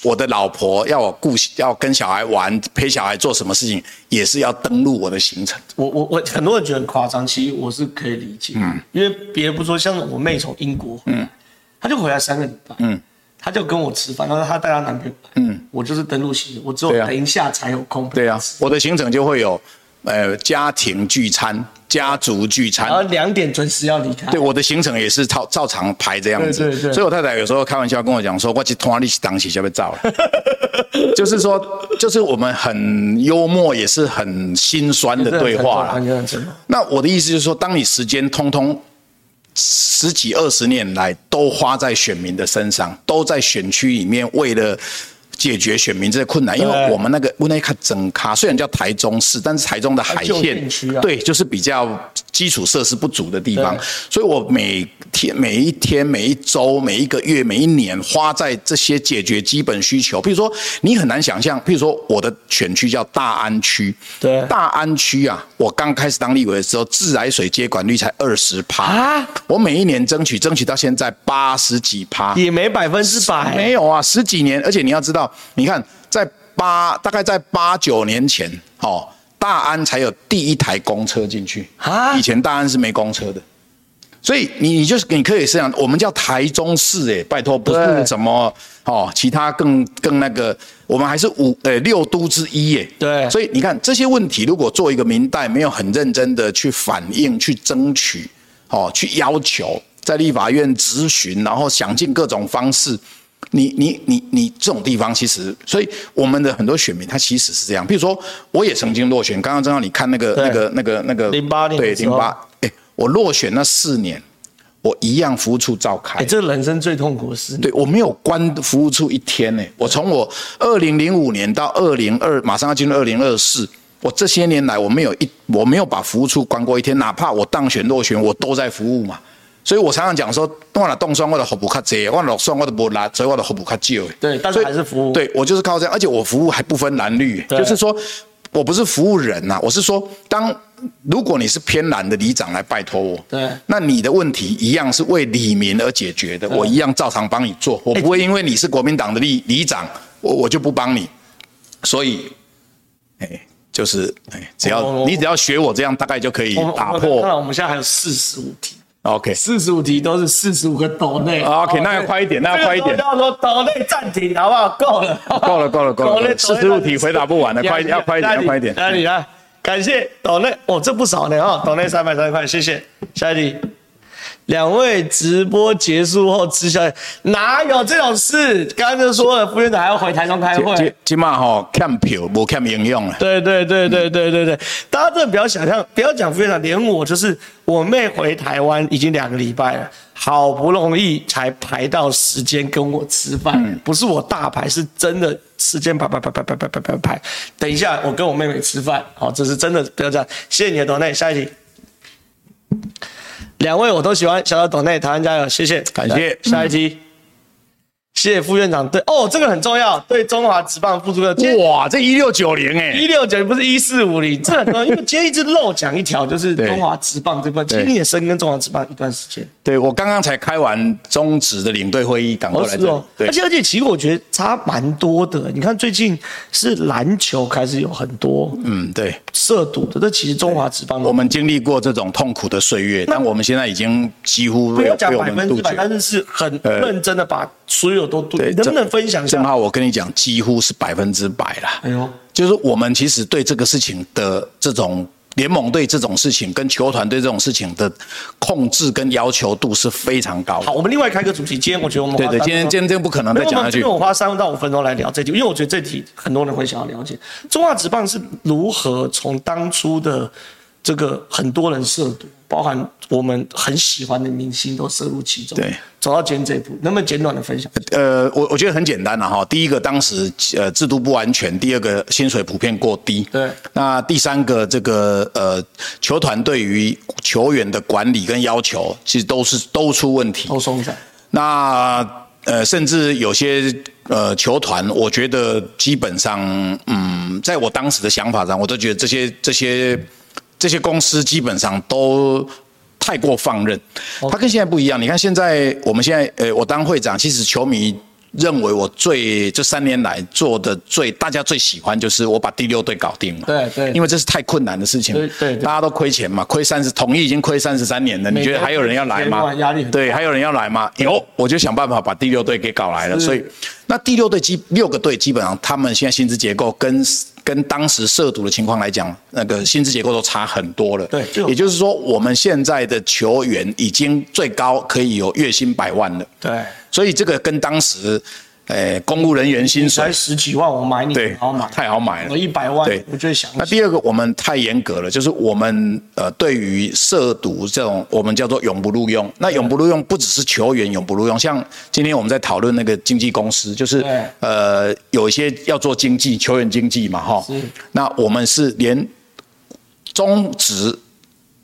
B: 我的老婆要我顾要跟小孩玩，陪小孩做什么事情，也是要登录我的行程。
A: 我我我很多人觉得很夸张，其实我是可以理解，嗯，因为别人不说，像我妹从英国，嗯，她就回来三个礼拜，嗯，她就跟我吃饭，然后她带她男朋友，嗯，我就是登录行程，我只有
B: 对啊
A: 等一下才有空，
B: 对啊，我的行程就会有，呃，家庭聚餐、家族聚餐
A: 然。后两点准时要离开，
B: 对，我的行程也是照照常排这样子，
A: 对对对
B: 所以我太太有时候开玩笑跟我讲说，我去团里当起就被照了， 就是说，就是我们很幽默，也是很心酸的对话啦。
A: 很认真哦
B: 那我的意思就是说，当你时间通通十几二十年来都花在选民的身上，都在选区里面为了。解决选民这些困难，因为
A: 对
B: 我们那个乌内卡整卡虽然叫台中市，但是台中的海
A: 旧
B: 线
A: 片区啊
B: 对，就是比较基础设施不足的地方
A: 对，
B: 所以我每天、每一天、每一周、每一个月、每一年花在这些解决基本需求，譬如说你很难想象，譬如说我的选区叫大安区，
A: 对
B: 大安区啊，我刚开始当立委的时候，自来水接管率才二十趴
A: 啊，
B: 我每一年争取，争取到现在八十几趴，
A: 也没百分之百，
B: 没有啊，十几年，而且你要知道，你看在八大概在八九年前，哦，大安才有第一台公车进去
A: 啊
B: 以前大安是没公车的。所以你你就是你可以这样，我们叫台中市哎、拜托不是
A: 对
B: 什么哦，其他更更那个，我们还是五呃、六都之一哎、
A: 对
B: 所以你看这些问题，如果做一个明代没有很认真的去反映、去争取、哦去要求，在立法院咨询，然后想尽各种方式，你你你你这种地方，其实所以我们的很多选民他其实是这样，比如说我也曾经落选，刚刚正好你看那个
A: 对
B: 那个那个那个
A: 08年
B: 对
A: 的时
B: 零
A: 候
B: 八，哎，我落选那四年，我一样服务处召开
A: 哎，。这人生最痛苦的事，
B: 对我没有关服务处一天呢、我从我二零零五年到二零二，马上要进入二零二四，我这些年来我没有一我没有把服务处关过一天，哪怕我当选落选，我都在服务嘛。所以我常常讲说，我若冻酸我的服务较济，我若酸我的无力，所以我的服务较少的。
A: 对但是
B: 所以
A: 还是服务
B: 对我就是靠这样，而且我服务还不分蓝绿，
A: 对
B: 就是说我不是服务人啊呐、我是说当。如果你是偏蓝的里长来拜托我，
A: 对
B: 那你的问题一样是为李民而解决的，我一样照常帮你做，
A: 哎
B: 我不会因为你是国民党的里里长，我我就不帮你。所以，哎，就是哎，只
A: 我
B: 要
A: 我
B: 你只要学我这样，大概就可以
A: 我们我
B: 打
A: 哦们看
B: 破。
A: 到我们现在还有四十五题。
B: OK，
A: 四十五题都是四十五个斗内。
B: 啊，OK，那要
A: 对
B: 快一点那要快一点
A: 哦这个时候要说斗内暂停，好不好？够了，
B: 够了够了够了
A: 斗内
B: 45题回答不完了快一点要快一点要快一点
A: 那你来，感谢斗内，哦，这不少呢哈，斗内三百三十块，谢谢。下一题，两位直播结束后吃宵夜，哪有这种事？刚刚就说了，副院长还要回台中开会。
B: 今今嘛吼欠票无欠啊营养了。
A: 对对对对对对对，大家真的不要想象，不要讲副院长，连我就是我妹回台湾已经两个礼拜了，好不容易才排到时间跟我吃饭，不是我大排，是真的时间排排排排排排排排排。等一下，我跟我妹妹吃饭，好、这是真的，不要这样。谢谢你的董内，下一题。两位我都喜欢，小小董内，台湾加油，谢谢，
B: 感谢
A: 下一题。谢谢副院长对哦，这个很重要，对中华职棒付出的。今天
B: 哇，这一六九零哎
A: 一，六九不是一四五零，这很重要，因为今天一直漏讲一条，就是
B: 对
A: 中华职棒这部分，其实
B: 对
A: 你也深耕中华职棒一段时间。
B: 对我刚刚才开完中职的领队会议，赶快
A: 哦，
B: 来
A: 是
B: 这里
A: 哦，，
B: 对
A: 而，且而且，其实我觉得差蛮多的。你看最近是篮球开始有很多
B: 嗯，对，
A: 涉赌的，这其实中华职棒
B: 我们经历过这种痛苦的岁月，但我们现在已经几乎
A: 不
B: 被
A: 要讲
B: 被我
A: 百
B: 们
A: 分
B: 杜
A: 之百，但
B: 绝。呃
A: 是是很认真的把所有都对，
B: 对
A: 你能不能分享一
B: 正
A: 下？
B: 好我跟你讲，几乎是百分之百啦。
A: 哎呦，
B: 就是我们其实对这个事情的这种联盟对这种事情跟球团对这种事情的控制跟要求度是非常高的
A: 好，。我们另外开个主题，今天我觉得我们
B: 对
A: 花
B: 对，
A: 三
B: 今
A: 分
B: 天
A: 钟
B: 今天这个不可能再
A: 没有
B: 讲
A: 我
B: 下
A: 们今
B: 去
A: 天。我花三到五分钟来聊这题，因为我觉得这题很多人会想要了解中华职棒是如何从当初的这个很多人涉毒，包含我们很喜欢的明星都涉入其中，
B: 对，
A: 走到今天这一步，能不能简短的分享？
B: 呃，我我觉得很简单了、哈。第一个，当时呃制度不完全；第二个，薪水普遍过低。
A: 对
B: 那第三个，这个呃球团对于球员的管理跟要求，其实都是都出问题。
A: 偷松散，
B: 那呃，甚至有些呃球团，我觉得基本上，嗯，在我当时的想法上，我都觉得这些这些这些公司基本上都太过放任。它跟现在不一样，你看现在我们现在呃，我当会长，其实球迷。认为我最这三年来做的最大家最喜欢就是我把第六队搞定了，
A: 对对
B: 因为这是太困难的事情，
A: 对对对
B: 大家都亏钱嘛，亏三十，统一已经亏三十三年了，你觉得还有人要
A: 每
B: 来
A: 个
B: 吗
A: 人？压力很大
B: 对，还有人要来吗？有，我就想办法把第六队给搞来了。
A: 是
B: 所以，那第六队基六个队基本上他们现在薪资结构跟跟当时涉赌的情况来讲，那个薪资结构都差很多了。
A: 对就
B: 也就是说，我们现在的球员已经最高可以有月薪百万了。
A: 对，
B: 所以这个跟当时，呃，公务人员薪水
A: 才十几万，我买你，
B: 对，
A: 好买，
B: 太好买了，
A: 我一百万
B: 对，
A: 我就会想
B: 那第二个，我们太严格了，就是我们呃，对于涉毒这种，我们叫做永不录用。那永不录用不只是球员永不录用，像今天我们在讨论那个经纪公司，就是
A: 对
B: 呃，有一些要做经济球员经济嘛，哈
A: 是。
B: 那我们是连中职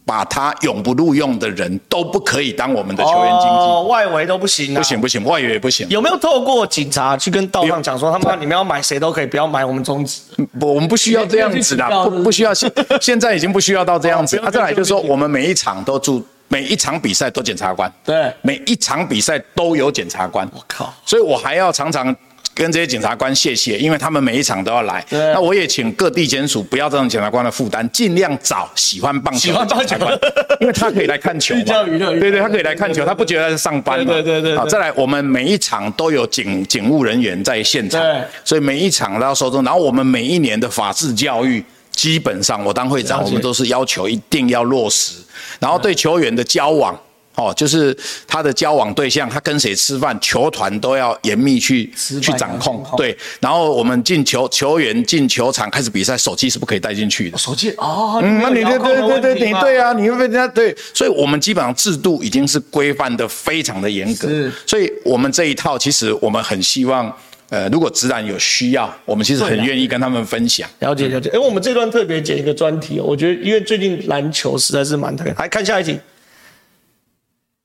B: 把他永不录用的人都不可以当我们的球员经济，
A: 哦，外围都不行啊，
B: 不行不行，外援也不行。
A: 有没有透过警察去跟道上讲说，他们你们要买谁都可以，不要买我们中职？
B: 不，我们不需要这样子啦，
A: 不用去
B: 不不需要现现在已经不需要到这样子。
A: 哦不用
B: 啊，再来就是说，
A: 不用
B: 我们每一场都住，每一场比赛都检察官，
A: 对
B: 每一场比赛都有检察官，
A: 我靠，
B: 所以我还要常常。跟这些检察官谢谢，因为他们每一场都要来。
A: 对
B: 那我也请各地检署不要让检察官的负担，尽量找喜欢棒球
A: 喜欢
B: 的
A: 棒
B: 检
A: 球
B: 察官，因为他可以来看球嘛
A: 寓教于乐
B: 对对，他可以来看球，他不觉得他在上班嘛。
A: 对对对对
B: 好，再来，我们每一场都有警警务人员在现场
A: 对，
B: 所以每一场都要收证。然后我们每一年的法治教育，基本上我当会长，
A: 了解
B: 我们都是要求一定要落实。然后对球员的交往，哦，就是他的交往对象，他跟谁吃饭，球团都要严密去
A: 吃饭
B: 去掌
A: 要
B: 控
A: 掌。控
B: 对，然后我们进球球员进球场开始比赛，手机是不可以带进去的。
A: 手机哦，
B: 嗯，那你
A: 没有
B: 对
A: 遥控的问
B: 对对对，
A: 题
B: 你
A: 吗
B: 对啊，你会被人家对，所以我们基本上制度已经是规范的非常的严格
A: 是，
B: 所以我们这一套其实我们很希望，呃，如果直男有需要，我们其实
A: 啊
B: 很愿意跟他们分享。
A: 了解了解，哎，我们这段特别剪一个专题哦，我觉得因为最近篮球实在是蛮特别。来看下一题，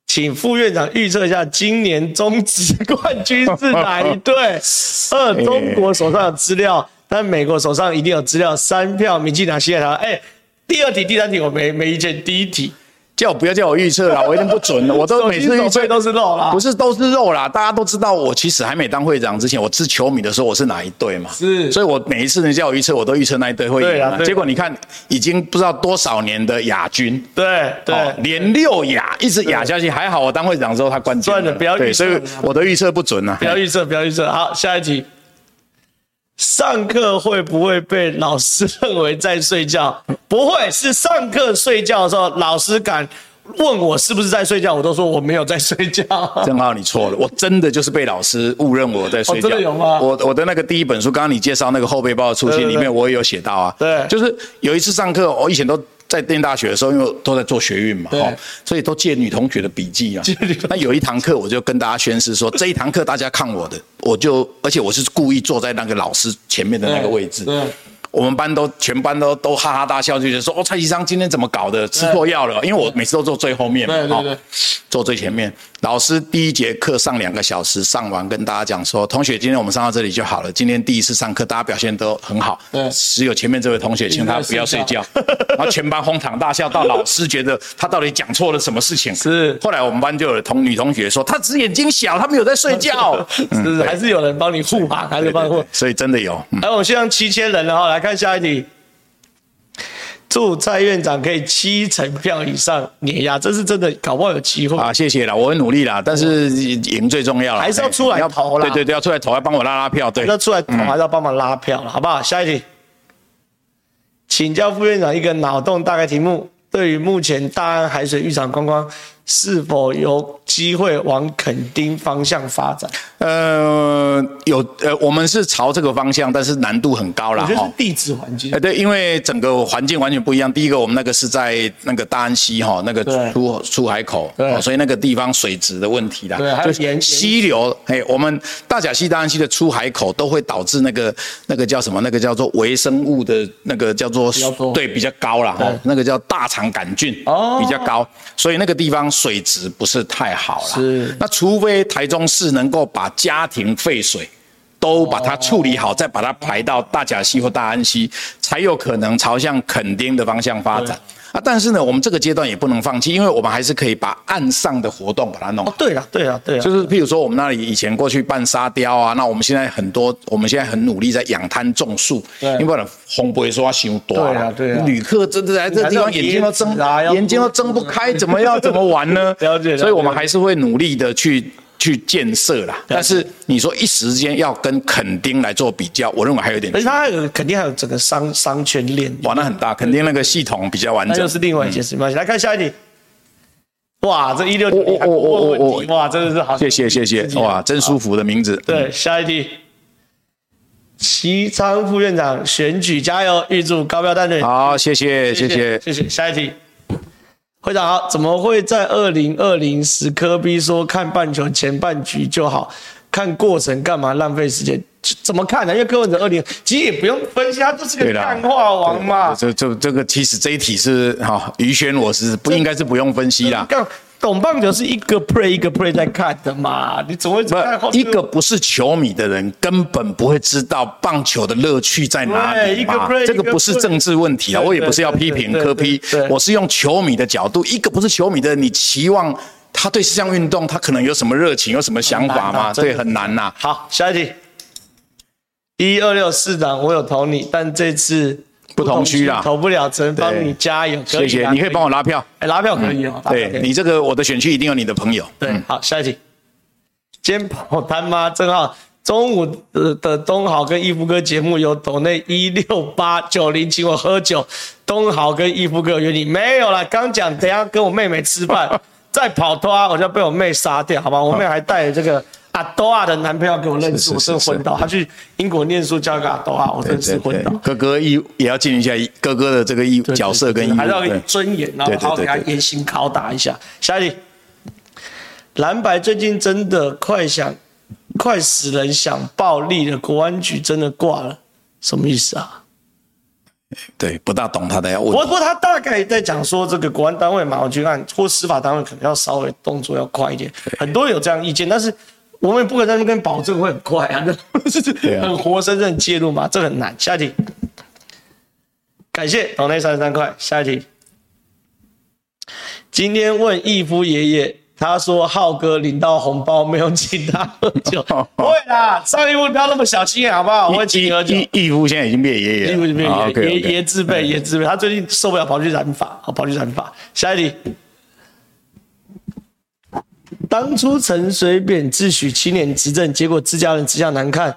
A: 请副院长预测一下今年中职 冠军是哪一 队？二，
B: 哎
A: 中国手上有资料，但美国手上一定有资料。三票，民进党、西海台湾。哎，第二题、第三题我没没意见，第一题
B: 叫我不要叫我预测啦，我一定不准的，我都每次预
A: 手
B: 测
A: 背都是啊肉啦
B: 不。是都是肉啦，大家都知道，我其实还没当会长之前，我是球迷的时候，我是哪一队嘛？
A: 是
B: 所以我每一次人叫我预测，我都预测那一队会
A: 对
B: 赢、
A: 啦
B: 啊。
A: 对
B: 结果你看，已经不知道多少年的亚军，
A: 对对，
B: 哦连六亚一直亚下去，还好我当会长之后他关键
A: 算了不要
B: 对
A: 预测
B: 所
A: 了
B: 以我的预测不准啊
A: 不。要预测，不要预测。好，下一题。上课会不会被老师认为在睡觉？不会，是上课睡觉的时候，老师敢问我是不是在睡觉，我都说我没有在睡觉。
B: 正好你错了，我真的就是被老师误认我在睡觉。
A: 哦真的有吗
B: 我我的那个第一本书，刚刚你介绍那个后背包的初
A: 对
B: 心
A: 对
B: 里
A: 对
B: 面，我也有写到啊。
A: 对
B: 就是有一次上课，我以前都在念大学的时候，因为都在做学运嘛，
A: 对
B: 哦所以都借女同学的笔记啊
A: 借女同。
B: 那有一堂课，我就跟大家宣誓说，这一堂课大家看我的，我就而且我是故意坐在那个老师前面的那个位置。
A: 对，
B: 我们班都全班都都哈哈大笑，就觉得说哦，蔡其昌今天怎么搞的，吃错药了，因为我每次都坐最后面嘛，
A: 对对
B: 哦
A: 对
B: 坐最前面。老师第一节课上两个小时，上完跟大家讲说，同学，今天我们上到这里就好了。今天第一次上课，大家表现都很好，
A: 对
B: 只有前面这位同学，请他不要睡 觉。然后全班哄堂大笑，到老师觉得他到底讲错了什么事情。
A: 是
B: 后来我们班就有同女同学说，她只是眼睛小，她没有在睡觉。 嗯
A: 是不是还是有人帮你护航，还是帮你护
B: 对。所以真的有，嗯，
A: 来，我们现在七千人了哈，来看下一题。祝蔡院长可以七成票以上碾压，这是真的，搞不好有机会。
B: 啊，谢谢啦，我会努力啦，但是赢最重要了，
A: 还是要出来
B: 哎
A: 投啦
B: 对对对，要出来投，要帮我拉拉票，对，
A: 那出来投还是要帮忙拉票了，好不好？下一题，请教副院长一个脑洞大概题目：对于目前大安海水浴场观光，是否有机会往垦丁方向发展？
B: 呃，有呃，我们是朝这个方向，但是难度很高
A: 我
B: 啦。
A: 觉得
B: 哈
A: 是。地质环境
B: 哎，。对，因为整个环境完全不一样。第一个，我们那个是在那个大安溪哈，那个
A: 对
B: 出出海口，
A: 对
B: 哦所以那个地方水质的问题啦，
A: 对还有
B: 就是
A: 盐盐
B: 溪流。哎，我们大甲溪、大安溪的出海口都会导致那个那个叫什么？那个叫做微生物的那个叫做
A: 较多
B: 对比较高啦，哈
A: 对，
B: 那个叫大肠杆菌
A: 哦
B: 比较高，所以那个地方水质不是太好啦。
A: 是
B: 那除非台中市能够把家庭废水都把它处理好，再把它排到大甲溪或大安溪，才有可能朝向垦丁的方向发展。啊，但是呢，我们这个阶段也不能放弃，因为我们还是可以把岸上的活动把它弄好
A: 哦，对了，对了，对了，
B: 就是譬如说，我们那里以前过去办沙雕啊，那我们现在很多，我们现在很努力在养滩种树，
A: 对
B: 因为不然红不会说要修多
A: 对啊对啊
B: 旅客真的来这地方眼睛都睁
A: 还是要椰子啊要
B: 眼睛都睁不开，怎么要怎么玩呢？
A: 了解了解
B: 所以我们还是会努力的去。去建设啦，但是你说一时间要跟垦丁来做比较，我认为还有点
A: 而且它还有肯定还有整个商商圈链，
B: 玩的很大，垦丁那个系统比较完
A: 那
B: 整
A: 又。是另外一件事。没关系，来看下一题。哇，这一六
B: 哦
A: 题
B: 哦哦哦哦
A: 哇，真的是好，
B: 谢谢谢谢，哇，真舒服的名字。
A: 对，下一题。齐昌副院长选举加油，预祝高标蛋队。
B: 好，谢谢谢谢
A: 谢。谢谢，下一题。会长好，怎么会在二零二零时科比说看半球前半局就好，看过程干嘛浪费时间？这怎么看呢？因为柯文哲二零其实也不用分析，他就是个
B: 对啦
A: 干话王嘛。
B: 这这这个其实这一题是哈，于轩我是不应该是不用分析啦。
A: 干懂棒球是一个 play 一个 play 在看的嘛，你怎么会只看后
B: 不，一个不是球迷的人根本不会知道棒球的乐趣在哪
A: 对一
B: 里
A: 个
B: 嘛
A: play，。
B: 这个不是政治问题啊，
A: 一个 play
B: 我也不是要批评
A: 对对
B: 科
A: 对
B: 批
A: 对对，
B: 我是用球迷的角度。一个不是球迷的人，你期望他对这项运动他可能有什么热情，有什么想法
A: 很难啊
B: 吗？
A: 真的
B: 对，很难呐。
A: 好，下一题。一二六市长，我有投你，但这次
B: 不同区啦
A: 投不了成，帮
B: 对
A: 你加油。
B: 谢谢，
A: 啦
B: 你可以帮我拉票。
A: 哎拉票啊可以哦。拉票可
B: 对
A: 以
B: 你这个我的选区一定有你的朋友。
A: 对，好，下一题。肩膀摊妈正好中午呃的东豪跟义夫哥节目有抖内一六八九零请我喝酒，东豪跟义夫哥有约你没有啦，刚讲等一下跟我妹妹吃 饭，再跑脱啊，我就要被我妹杀掉，好吧？我妹还带着这个阿多啊的男朋友给我认识，
B: 是是
A: 我真
B: 是
A: 昏倒。他去英国念书交一个阿多啊，我真是昏倒。
B: 哥哥义务也要尽一下哥哥的这个义务角色跟义务。
A: 还是要有
B: 对
A: 尊严，然后
B: 对对
A: 好好给他
B: 对对
A: 严刑拷打一下。下一题，蓝白最近真的快想快死人，想暴力了，国安局真的挂了，什么意思啊？
B: 对，不大懂他的问
A: 不
B: 题。
A: 过他大概在讲说，这个国安单位马文军案或司法单位可能要稍微动作要快一点，很多人有这样意见，但是。我们也不可能在那边保证会很快 啊，
B: 对
A: 这
B: 啊
A: 很活生生的介入嘛，这很难。下一题，感谢岛内三十三块。下一题，今天问义夫爷爷，他说浩哥领到红包没有请他喝 酒，不会啦，上一步不要那么小心眼好不好？我会请你喝酒。
B: 义义父现在已经变爷爷了，
A: 义夫这边
B: 啊
A: 爷爷
B: OK，OK
A: 爷自备爷自备，他最近受不了跑去染发，好跑去染发。下一题。当初陈水扁自诩七年执政，结果自家人吃相难看，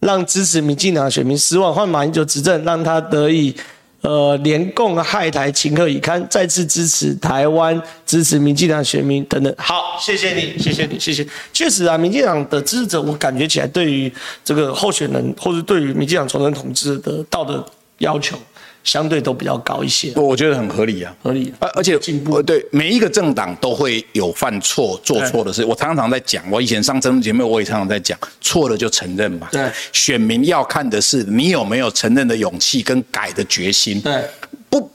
A: 让支持民进党的选民失望。换马英九执政，让他得以呃联共害台，情何以堪？再次支持台湾，支持民进党选民等等。好，谢谢你，谢谢你，谢谢。确实啊，啊民进党的支持者，我感觉起来对于这个候选人，或是对于民进党重整统治的道德要求，相对都比较高一些，
B: 我觉得很合理啊。
A: 合理。
B: 而而且
A: 进步
B: 呃对每一个政党都会有犯错、做错的事。我常常在讲，我以前上政治节目我也常常在讲，错了就承认嘛。
A: 对
B: 选民要看的是你有没有承认的勇气跟改的决心。
A: 对，
B: 不，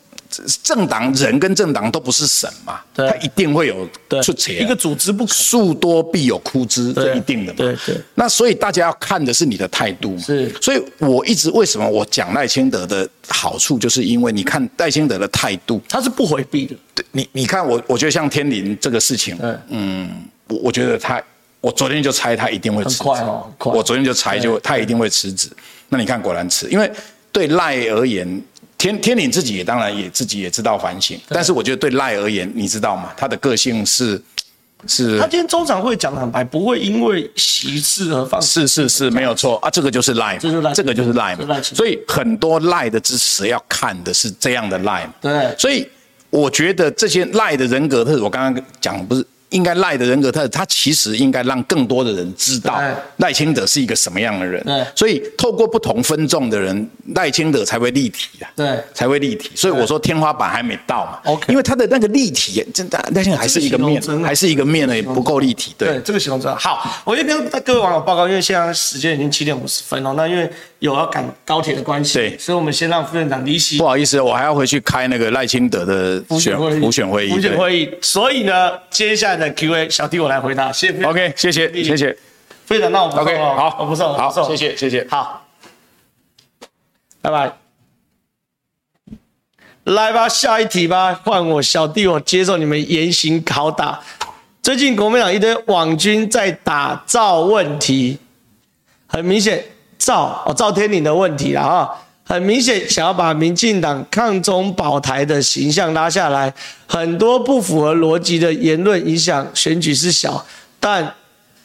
B: 政党人跟政党都不是神嘛，
A: 对
B: 他一定会有
A: 对，
B: 出错啊。
A: 一个组织不可
B: 树多必有枯枝，
A: 对
B: 这一定的嘛。
A: 对对
B: 那所以大家要看的是你的态度嘛。
A: 是
B: 所以我一直为什么我讲赖清德的好处，就是因为你看赖清德的态度，
A: 他是不回避的，
B: 对你你看我，我觉得像天麟这个事情，
A: 对
B: 嗯，我我觉得他，我昨天就猜他一定会辞职，
A: 很快哦很快
B: 我昨天就猜就他一定会辞职。那你看果然辞，因为对赖而言，天天麟自己也当然也自己也知道反省，但是我觉得对赖而言，你知道吗？他的个性是是
A: 他今天中场会讲得很白，不会因为席次而放弃。
B: 是是是，没有错啊，这个就是赖嘛，
A: 这就是赖
B: 这个就是赖
A: 这是赖
B: 嘛。
A: 清德
B: 所以很多赖的支持要看的是这样的赖嘛。
A: 对
B: 所以我觉得这些赖的人格特质，我刚刚讲不是应该赖的人格特质，他其实应该让更多的人知道
A: 对
B: 赖清德是一个什么样的人
A: 对。
B: 所以透过不同分众的人，赖清德才会立体啊。
A: 对
B: 才会立体，所以我说天花板还没到嘛。
A: OK
B: 因为他的那个立体，真的，但是还是一个面
A: 这个形容真，好
B: 还是一个面呢，也不够立体。对
A: 对，，这个形容真好。好，我先跟各位网友报告，因为现在时间已经七点五十分哦，那因为有要赶高铁的关系，
B: 对
A: 所以我们先让副院长离席
B: 不。好意思，我还要回去开那个赖清德的选
A: 浮
B: 浮选会议。
A: 浮选
B: 对
A: 会议。所以呢，接下来的 Q&A 小弟我来回答，谢谢副院长。
B: OK，谢谢谢谢。
A: 副院长，那我不送
B: OK，
A: 了
B: 好，
A: 我不送，我不
B: 好，
A: 送
B: 谢谢谢谢。
A: 好，拜拜。来吧，下一题吧，换我小弟，我接受你们严刑拷打。最近国民党一堆网军在打造问题，很明显赵哦赵天麟的问题了啊，很明显想要把民进党抗中保台的形象拉下来，很多不符合逻辑的言论影响选举是小，但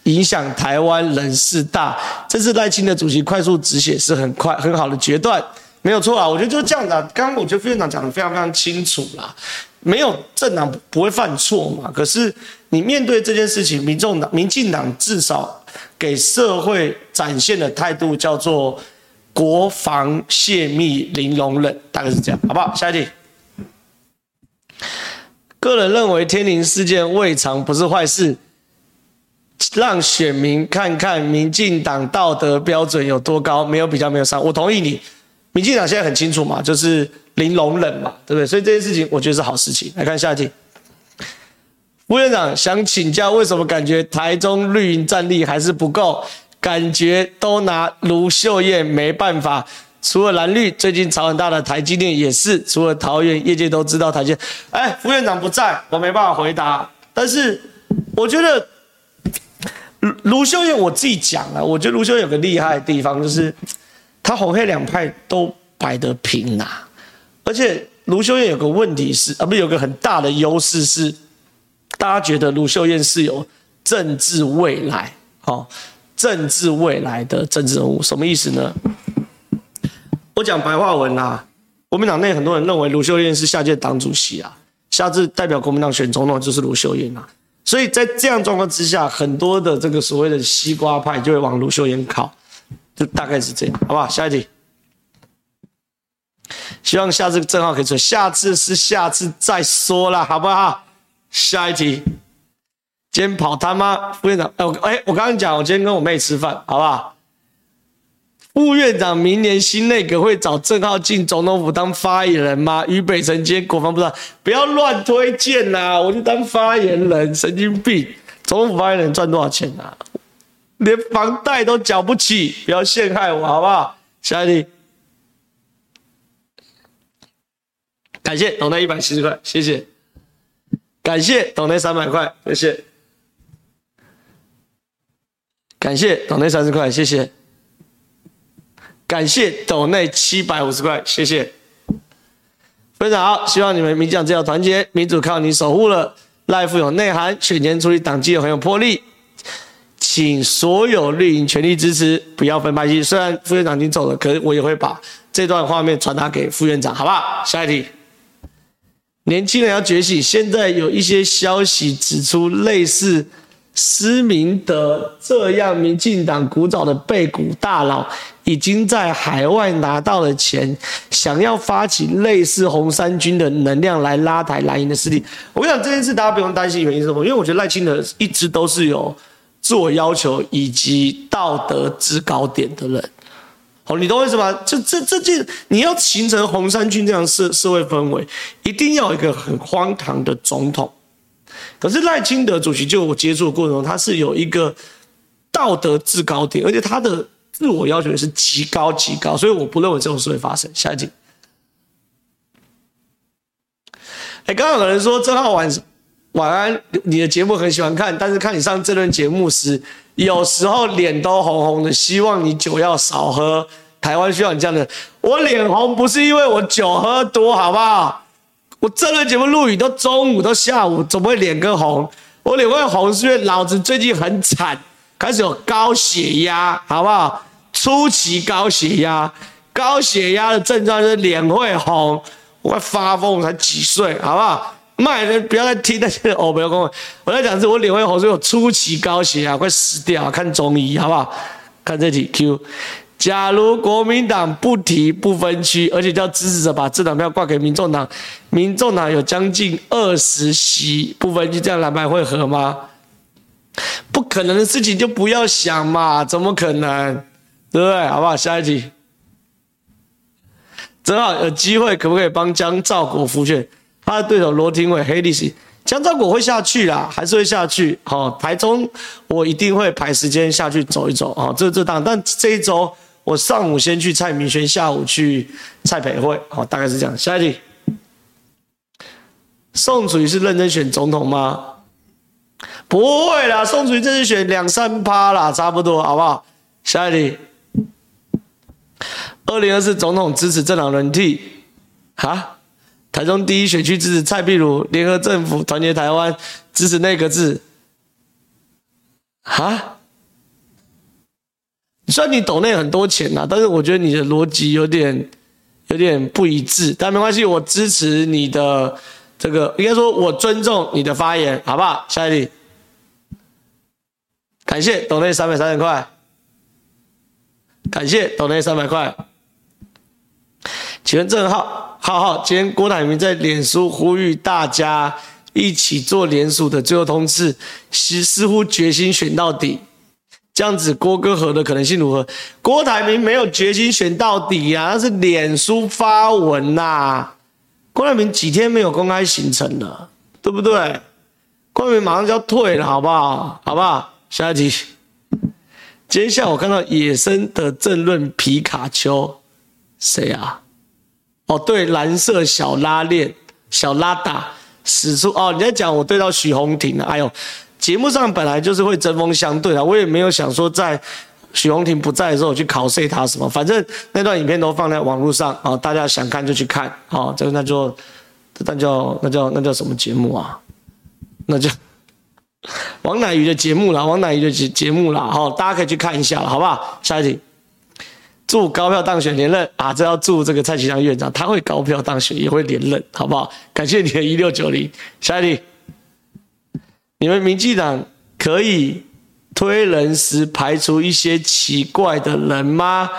A: 影响台湾人是大。这次赖清德主席快速止血是很快很好的决断，没有错啊，我觉得就是这样子啊。刚刚我觉得副院长讲的非常非常清楚啦，没有政党不会犯错嘛，可是你面对这件事情，民众党、民进党至少给社会展现的态度叫做国防泄密零容忍，大概是这样，好不好？下一题。个人认为天灵事件未尝不是坏事，让选民看看民进党道德标准有多高，没有比较没有伤。我同意你，民进党现在很清楚嘛，就是零容忍嘛，对不对？所以这件事情我觉得是好事情。来看下一题，吴院长想请教，为什么感觉台中绿营战力还是不够？感觉都拿卢秀燕没办法。除了蓝绿，最近吵很大的台积电也是，除了桃园，业界都知道台积电。哎，副院长不在，我没办法回答。但是我觉得卢卢秀燕，我自己讲啊，我觉得卢秀燕有个厉害的地方，就是她红黑两派都摆得平啊。而且卢秀燕有个问题是，啊，不是有个很大的优势是，大家觉得卢秀燕是有政治未来，哦，政治未来的政治人物，什么意思呢？我讲白话文啦、啊国民党内很多人认为卢秀燕是下届党主席啊，下次代表国民党选总统就是卢秀燕啊。所以在这样状况之下，很多的这个所谓的西瓜派就会往卢秀燕靠，就大概是这样，好不好？下一题。希望下次正好可以说，下次是下次再说啦，好不好？下一题，今天跑他妈副院长，哎、我哎、我刚刚讲，我今天跟我妹吃饭，好不好？副院长明年新内阁会找郑浩进总统府当发言人吗？于北辰今天国防部长，不要乱推荐啦，我就当发言人，神经病！总统府发言人赚多少钱啊？连房贷都缴不起，不要陷害我，好不好？下一题。感谢董内一百七十块，谢谢。感谢董内三百块，谢谢。感谢董内三十块，谢谢。感谢董内七百五十块，谢谢。非常好，希望你们民进党这条团结，民主靠你守护了。赖富有内涵，选前处理党纪有很有魄力，请所有绿营全力支持，不要分派系。虽然副院长已经走了，可是我也会把这段画面传达给副院长，好不好？下一题。年轻人要觉醒。现在有一些消息指出，类似施明德这样民进党古早的背骨大佬，已经在海外拿到了钱，想要发起类似红三军的能量来拉抬蓝营的势力。我跟你讲这件事，大家不用担心，原因是什么？因为我觉得赖清德一直都是有自我要求以及道德制高点的人。哦，你懂我意思吗？就这这件，你要形成红三军这样的社社会氛围，一定要有一个很荒唐的总统。可是赖清德主席，就我接触的过程中，他是有一个道德制高点，而且他的自我要求也是极高极高，所以我不认为这种事会发生。下一集。哎，刚刚有人说郑浩晚晚安，你的节目很喜欢看，但是看你上这轮节目时，有时候脸都红红的，希望你酒要少喝。台湾需要你这样的人，我脸红不是因为我酒喝多，好不好？我这轮节目录影都中午到下午，怎么会脸跟红？我脸会红是因为老子最近很惨，开始有高血压，好不好？初期高血压，高血压的症状就是脸会红，我快发疯，我才几岁，好不好？骂人不要再听那些欧美跟我，我在讲是我脸会红，所以我初期高血压快死掉，看中医好不好？看这题 Q。假如国民党不提不分区，而且叫支持者把政党票挂给民众党，民众党有将近二十席不分区，这样蓝白会合吗？不可能的事情就不要想嘛，怎么可能？对不对？好不好？下一题。正好有机会，可不可以帮江兆国复选？他的对手罗廷伟、黑历史，江兆国会下去啦，还是会下去。好、台中我一定会排时间下去走一走。好、这这当然，但这一周我上午先去蔡明轩，下午去蔡培慧。好、大概是这样。下一题，宋楚瑜是认真选总统吗？不会啦，宋楚瑜这次选两三趴啦，差不多，好不好？下一题。二零二四总统支持政党轮替，哈，台中第一选区支持蔡壁如，联合政府团结台湾，支持内阁制，哈。虽然你抖内很多钱呐、但是我觉得你的逻辑有点有点不一致，但没关系，我支持你的这个，应该说我尊重你的发言，好不好？下一题，感谢抖内三百三十块。感谢抖内三百块。请问郑浩浩浩，今天郭台铭在脸书呼吁大家一起做联署的最后通知，似似乎决心选到底，这样子郭哥和的可能性如何？郭台铭没有决心选到底呀、啊，那是脸书发文呐、郭台铭几天没有公开行程了，对不对？郭台铭马上就要退了，好不好？好不好？下一题。今天下午看到野生的政论皮卡丘，谁啊？哦，对，蓝色小拉链、小拉达使出哦，你在讲我对到许宏庭了。哎呦，节目上本来就是会针锋相对的，啊我也没有想说在许宏庭不在的时候去考碎他什么，反正那段影片都放在网络上啊、哦，大家想看就去看啊、哦，这个那就那叫那叫那叫什么节目啊？那叫。王乃瑜的节目啦，王乃瑜的节节目啦，好、大家可以去看一下了，好不好？下一题，祝高票当选连任啊！这要祝这个蔡其昌院长，他会高票当选，也会连任，好不好？感谢你的一六九零。下一题，你们民进党可以推人时排除一些奇怪的人吗？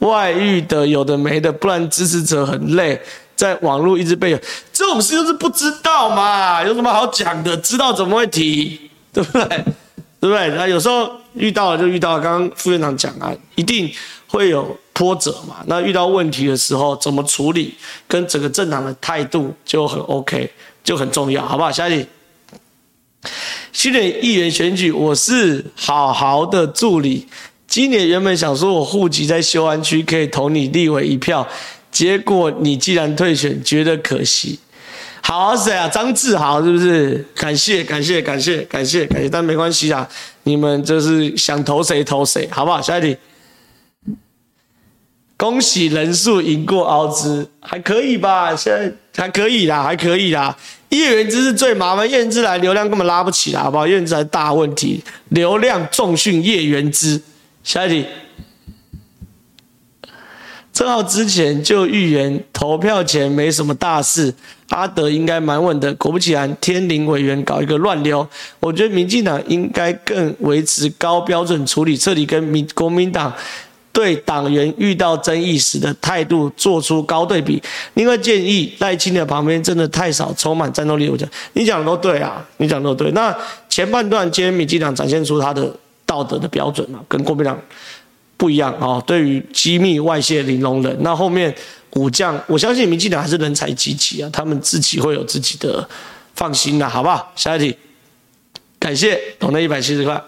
A: 外遇的有的没的，不然支持者很累，在网络一直被这种事就是不知道嘛，有什么好讲的？知道怎么会提，对不对？对不对？那有时候遇到了就遇到了，刚刚副院长讲啊，一定会有波折嘛。那遇到问题的时候怎么处理，跟整个政党的态度就很 OK，就很重要，好不好？下一题。去年议员选举，我是好好的助理。今年原本想说我户籍在修安区，可以投你立委一票，结果你既然退选，觉得可惜。好啊，谁啊？张志豪是不是？感谢感谢感谢感谢感谢，但没关系啊，你们就是想投谁投谁，好不好？下一题。恭喜人数赢过敖资，还可以吧？现在还可以啦，还可以啦。叶元之是最麻烦，叶元之来流量根本拉不起来，好不好？叶元之来大问题，流量重训叶元之。下一题，正好之前就预言投票前没什么大事，阿德应该蛮稳的。果不其然，天林委员搞一个乱流，我觉得民进党应该更维持高标准处理，彻底跟民国民党。对党员遇到争议时的态度做出高对比。另外建议赖清德旁边真的太少充满战斗力，我讲你讲的都对啊，你讲的都对。那前半段今天民进党展现出他的道德的标准嘛，跟国民党不一样啊、哦。对于机密外泄零容忍，那后面武将，我相信民进党还是人才济济啊，他们自己会有自己的放心啦、好不好？下一题，感谢懂那一百七十块。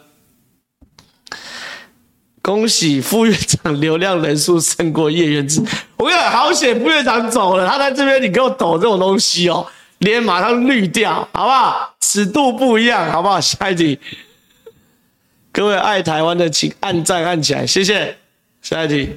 A: 恭喜副院长流量人数胜过叶元之，我跟你讲，好险副院长走了，他在这边你给我抖这种东西哦，脸马上绿掉，好不好？尺度不一样，好不好？下一题，各位爱台湾的请按赞按起来，谢谢。下一题，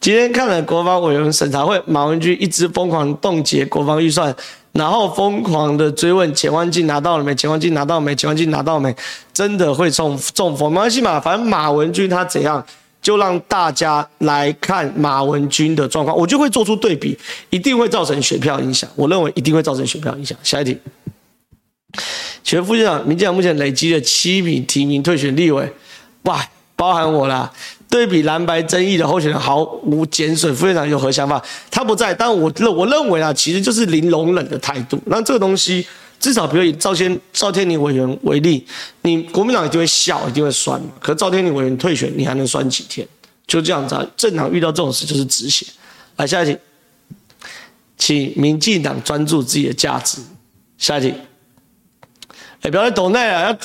A: 今天看了国防委员审查会，马文君一直疯狂冻结国防预算，然后疯狂的追问钱万进拿到了没？钱万进拿到了没？钱万进拿到了没？真的会中中风？没关系嘛，反正马文君他怎样，就让大家来看马文君的状况，我就会做出对比，一定会造成选票影响。我认为一定会造成选票影响。下一题，请问副局长，民进党目前累积了七名提名退选立委，哇，包含我啦。对比蓝白争议的候选人毫无减损，副院长有何想法？他不在，但我认我认为啊，其实就是零容忍的态度。那这个东西，至少比如以赵天赵天林委员为例，你国民党一定会笑，一定会酸嘛。可是赵天林委员退选，你还能酸几天？就这样子啊，政党遇到这种事就是止血。来下一题，请民进党专注自己的价值。下一题，哎，不要再抖内了，要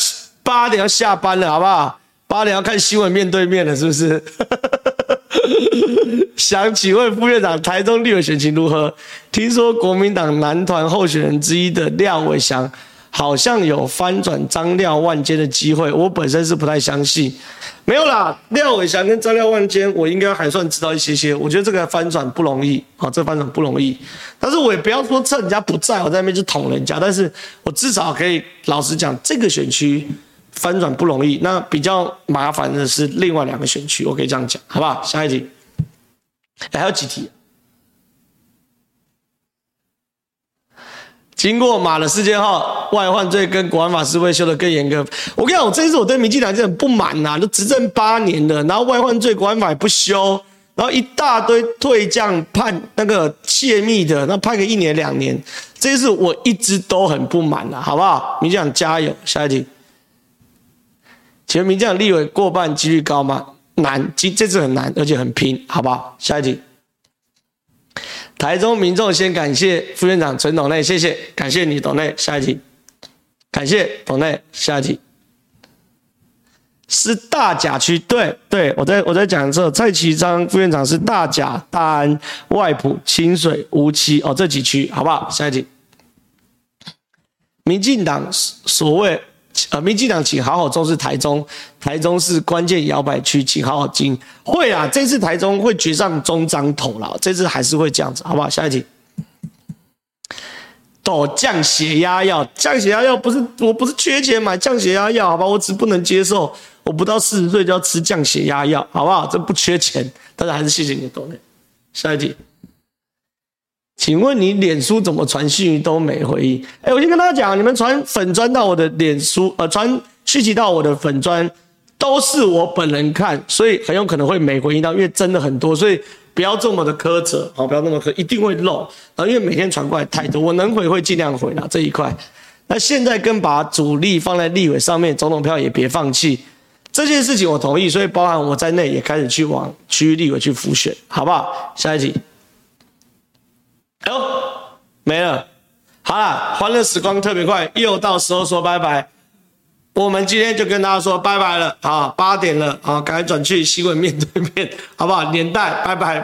A: 八点要下班了，好不好？八点要看新闻面对面了，是不是？想请问副院长，台中立委选情如何？听说国民党男团候选人之一的廖伟翔，好像有翻转张廖万坚的机会，我本身是不太相信。没有啦，廖伟翔跟张廖万坚，我应该还算知道一些些。我觉得这个翻转不容易，好、这翻转不容易。但是我也不要说趁人家不在，我在那边去捅人家。但是我至少可以老实讲，这个选区。翻转不容易。那比较麻烦的是另外两个选区，我可以这样讲，好不好？下一题，哎还有几题？经过马的事件后，外患罪跟国安法是会修得更严格。我跟你讲，我这一次我对民进党真的很不满呐、都执政八年了，然后外患罪、国安法也不修，然后一大堆退将判那个泄密的，那判个一年两年，这一次我一直都很不满呐、好不好？民进党加油！下一题。请问民进党立委过半几率高吗？难，今这次很难，而且很拼，好不好？下一题。台中民众先感谢副院长陈董内，谢谢，感谢你董内。下一题，感谢董内。下一题是大甲区，对对，我在我在讲这蔡其章副院长是大甲、大安、外埔、清水、乌溪哦这几区，好不好？下一题，民进党所谓呃，民进党请好好重视台中，台中是关键摇摆区，请好好经营。会啊，这次台中会决上中彰头了，这次还是会这样子，好不好？下一题。抖降血压药，降血压药不是，我不是缺钱买降血压药，好吧？我只不能接受，我不到四十岁就要吃降血压药，好不好？这不缺钱，但是还是谢谢你的抖内。下一题。请问你脸书怎么传讯息都没回应？哎，我先跟大家讲，你们传粉砖到我的脸书，呃，传讯息到我的粉砖，都是我本人看，所以很有可能会没回应到，因为真的很多，所以不要这么的苛责，好、不要那么苛，一定会漏。然后因为每天传过来太多，我能回会尽量回啦这一块。那现在更把主力放在立委上面，总统票也别放弃。这件事情我同意，所以包含我在内也开始去往区域立委去浮选，好不好？下一题。哎呦，没了。好啦，欢乐时光特别快，又到时候说拜拜。我们今天就跟大家说拜拜了，好，八点了，好，赶快转去新闻面对面，好不好？年代，拜拜。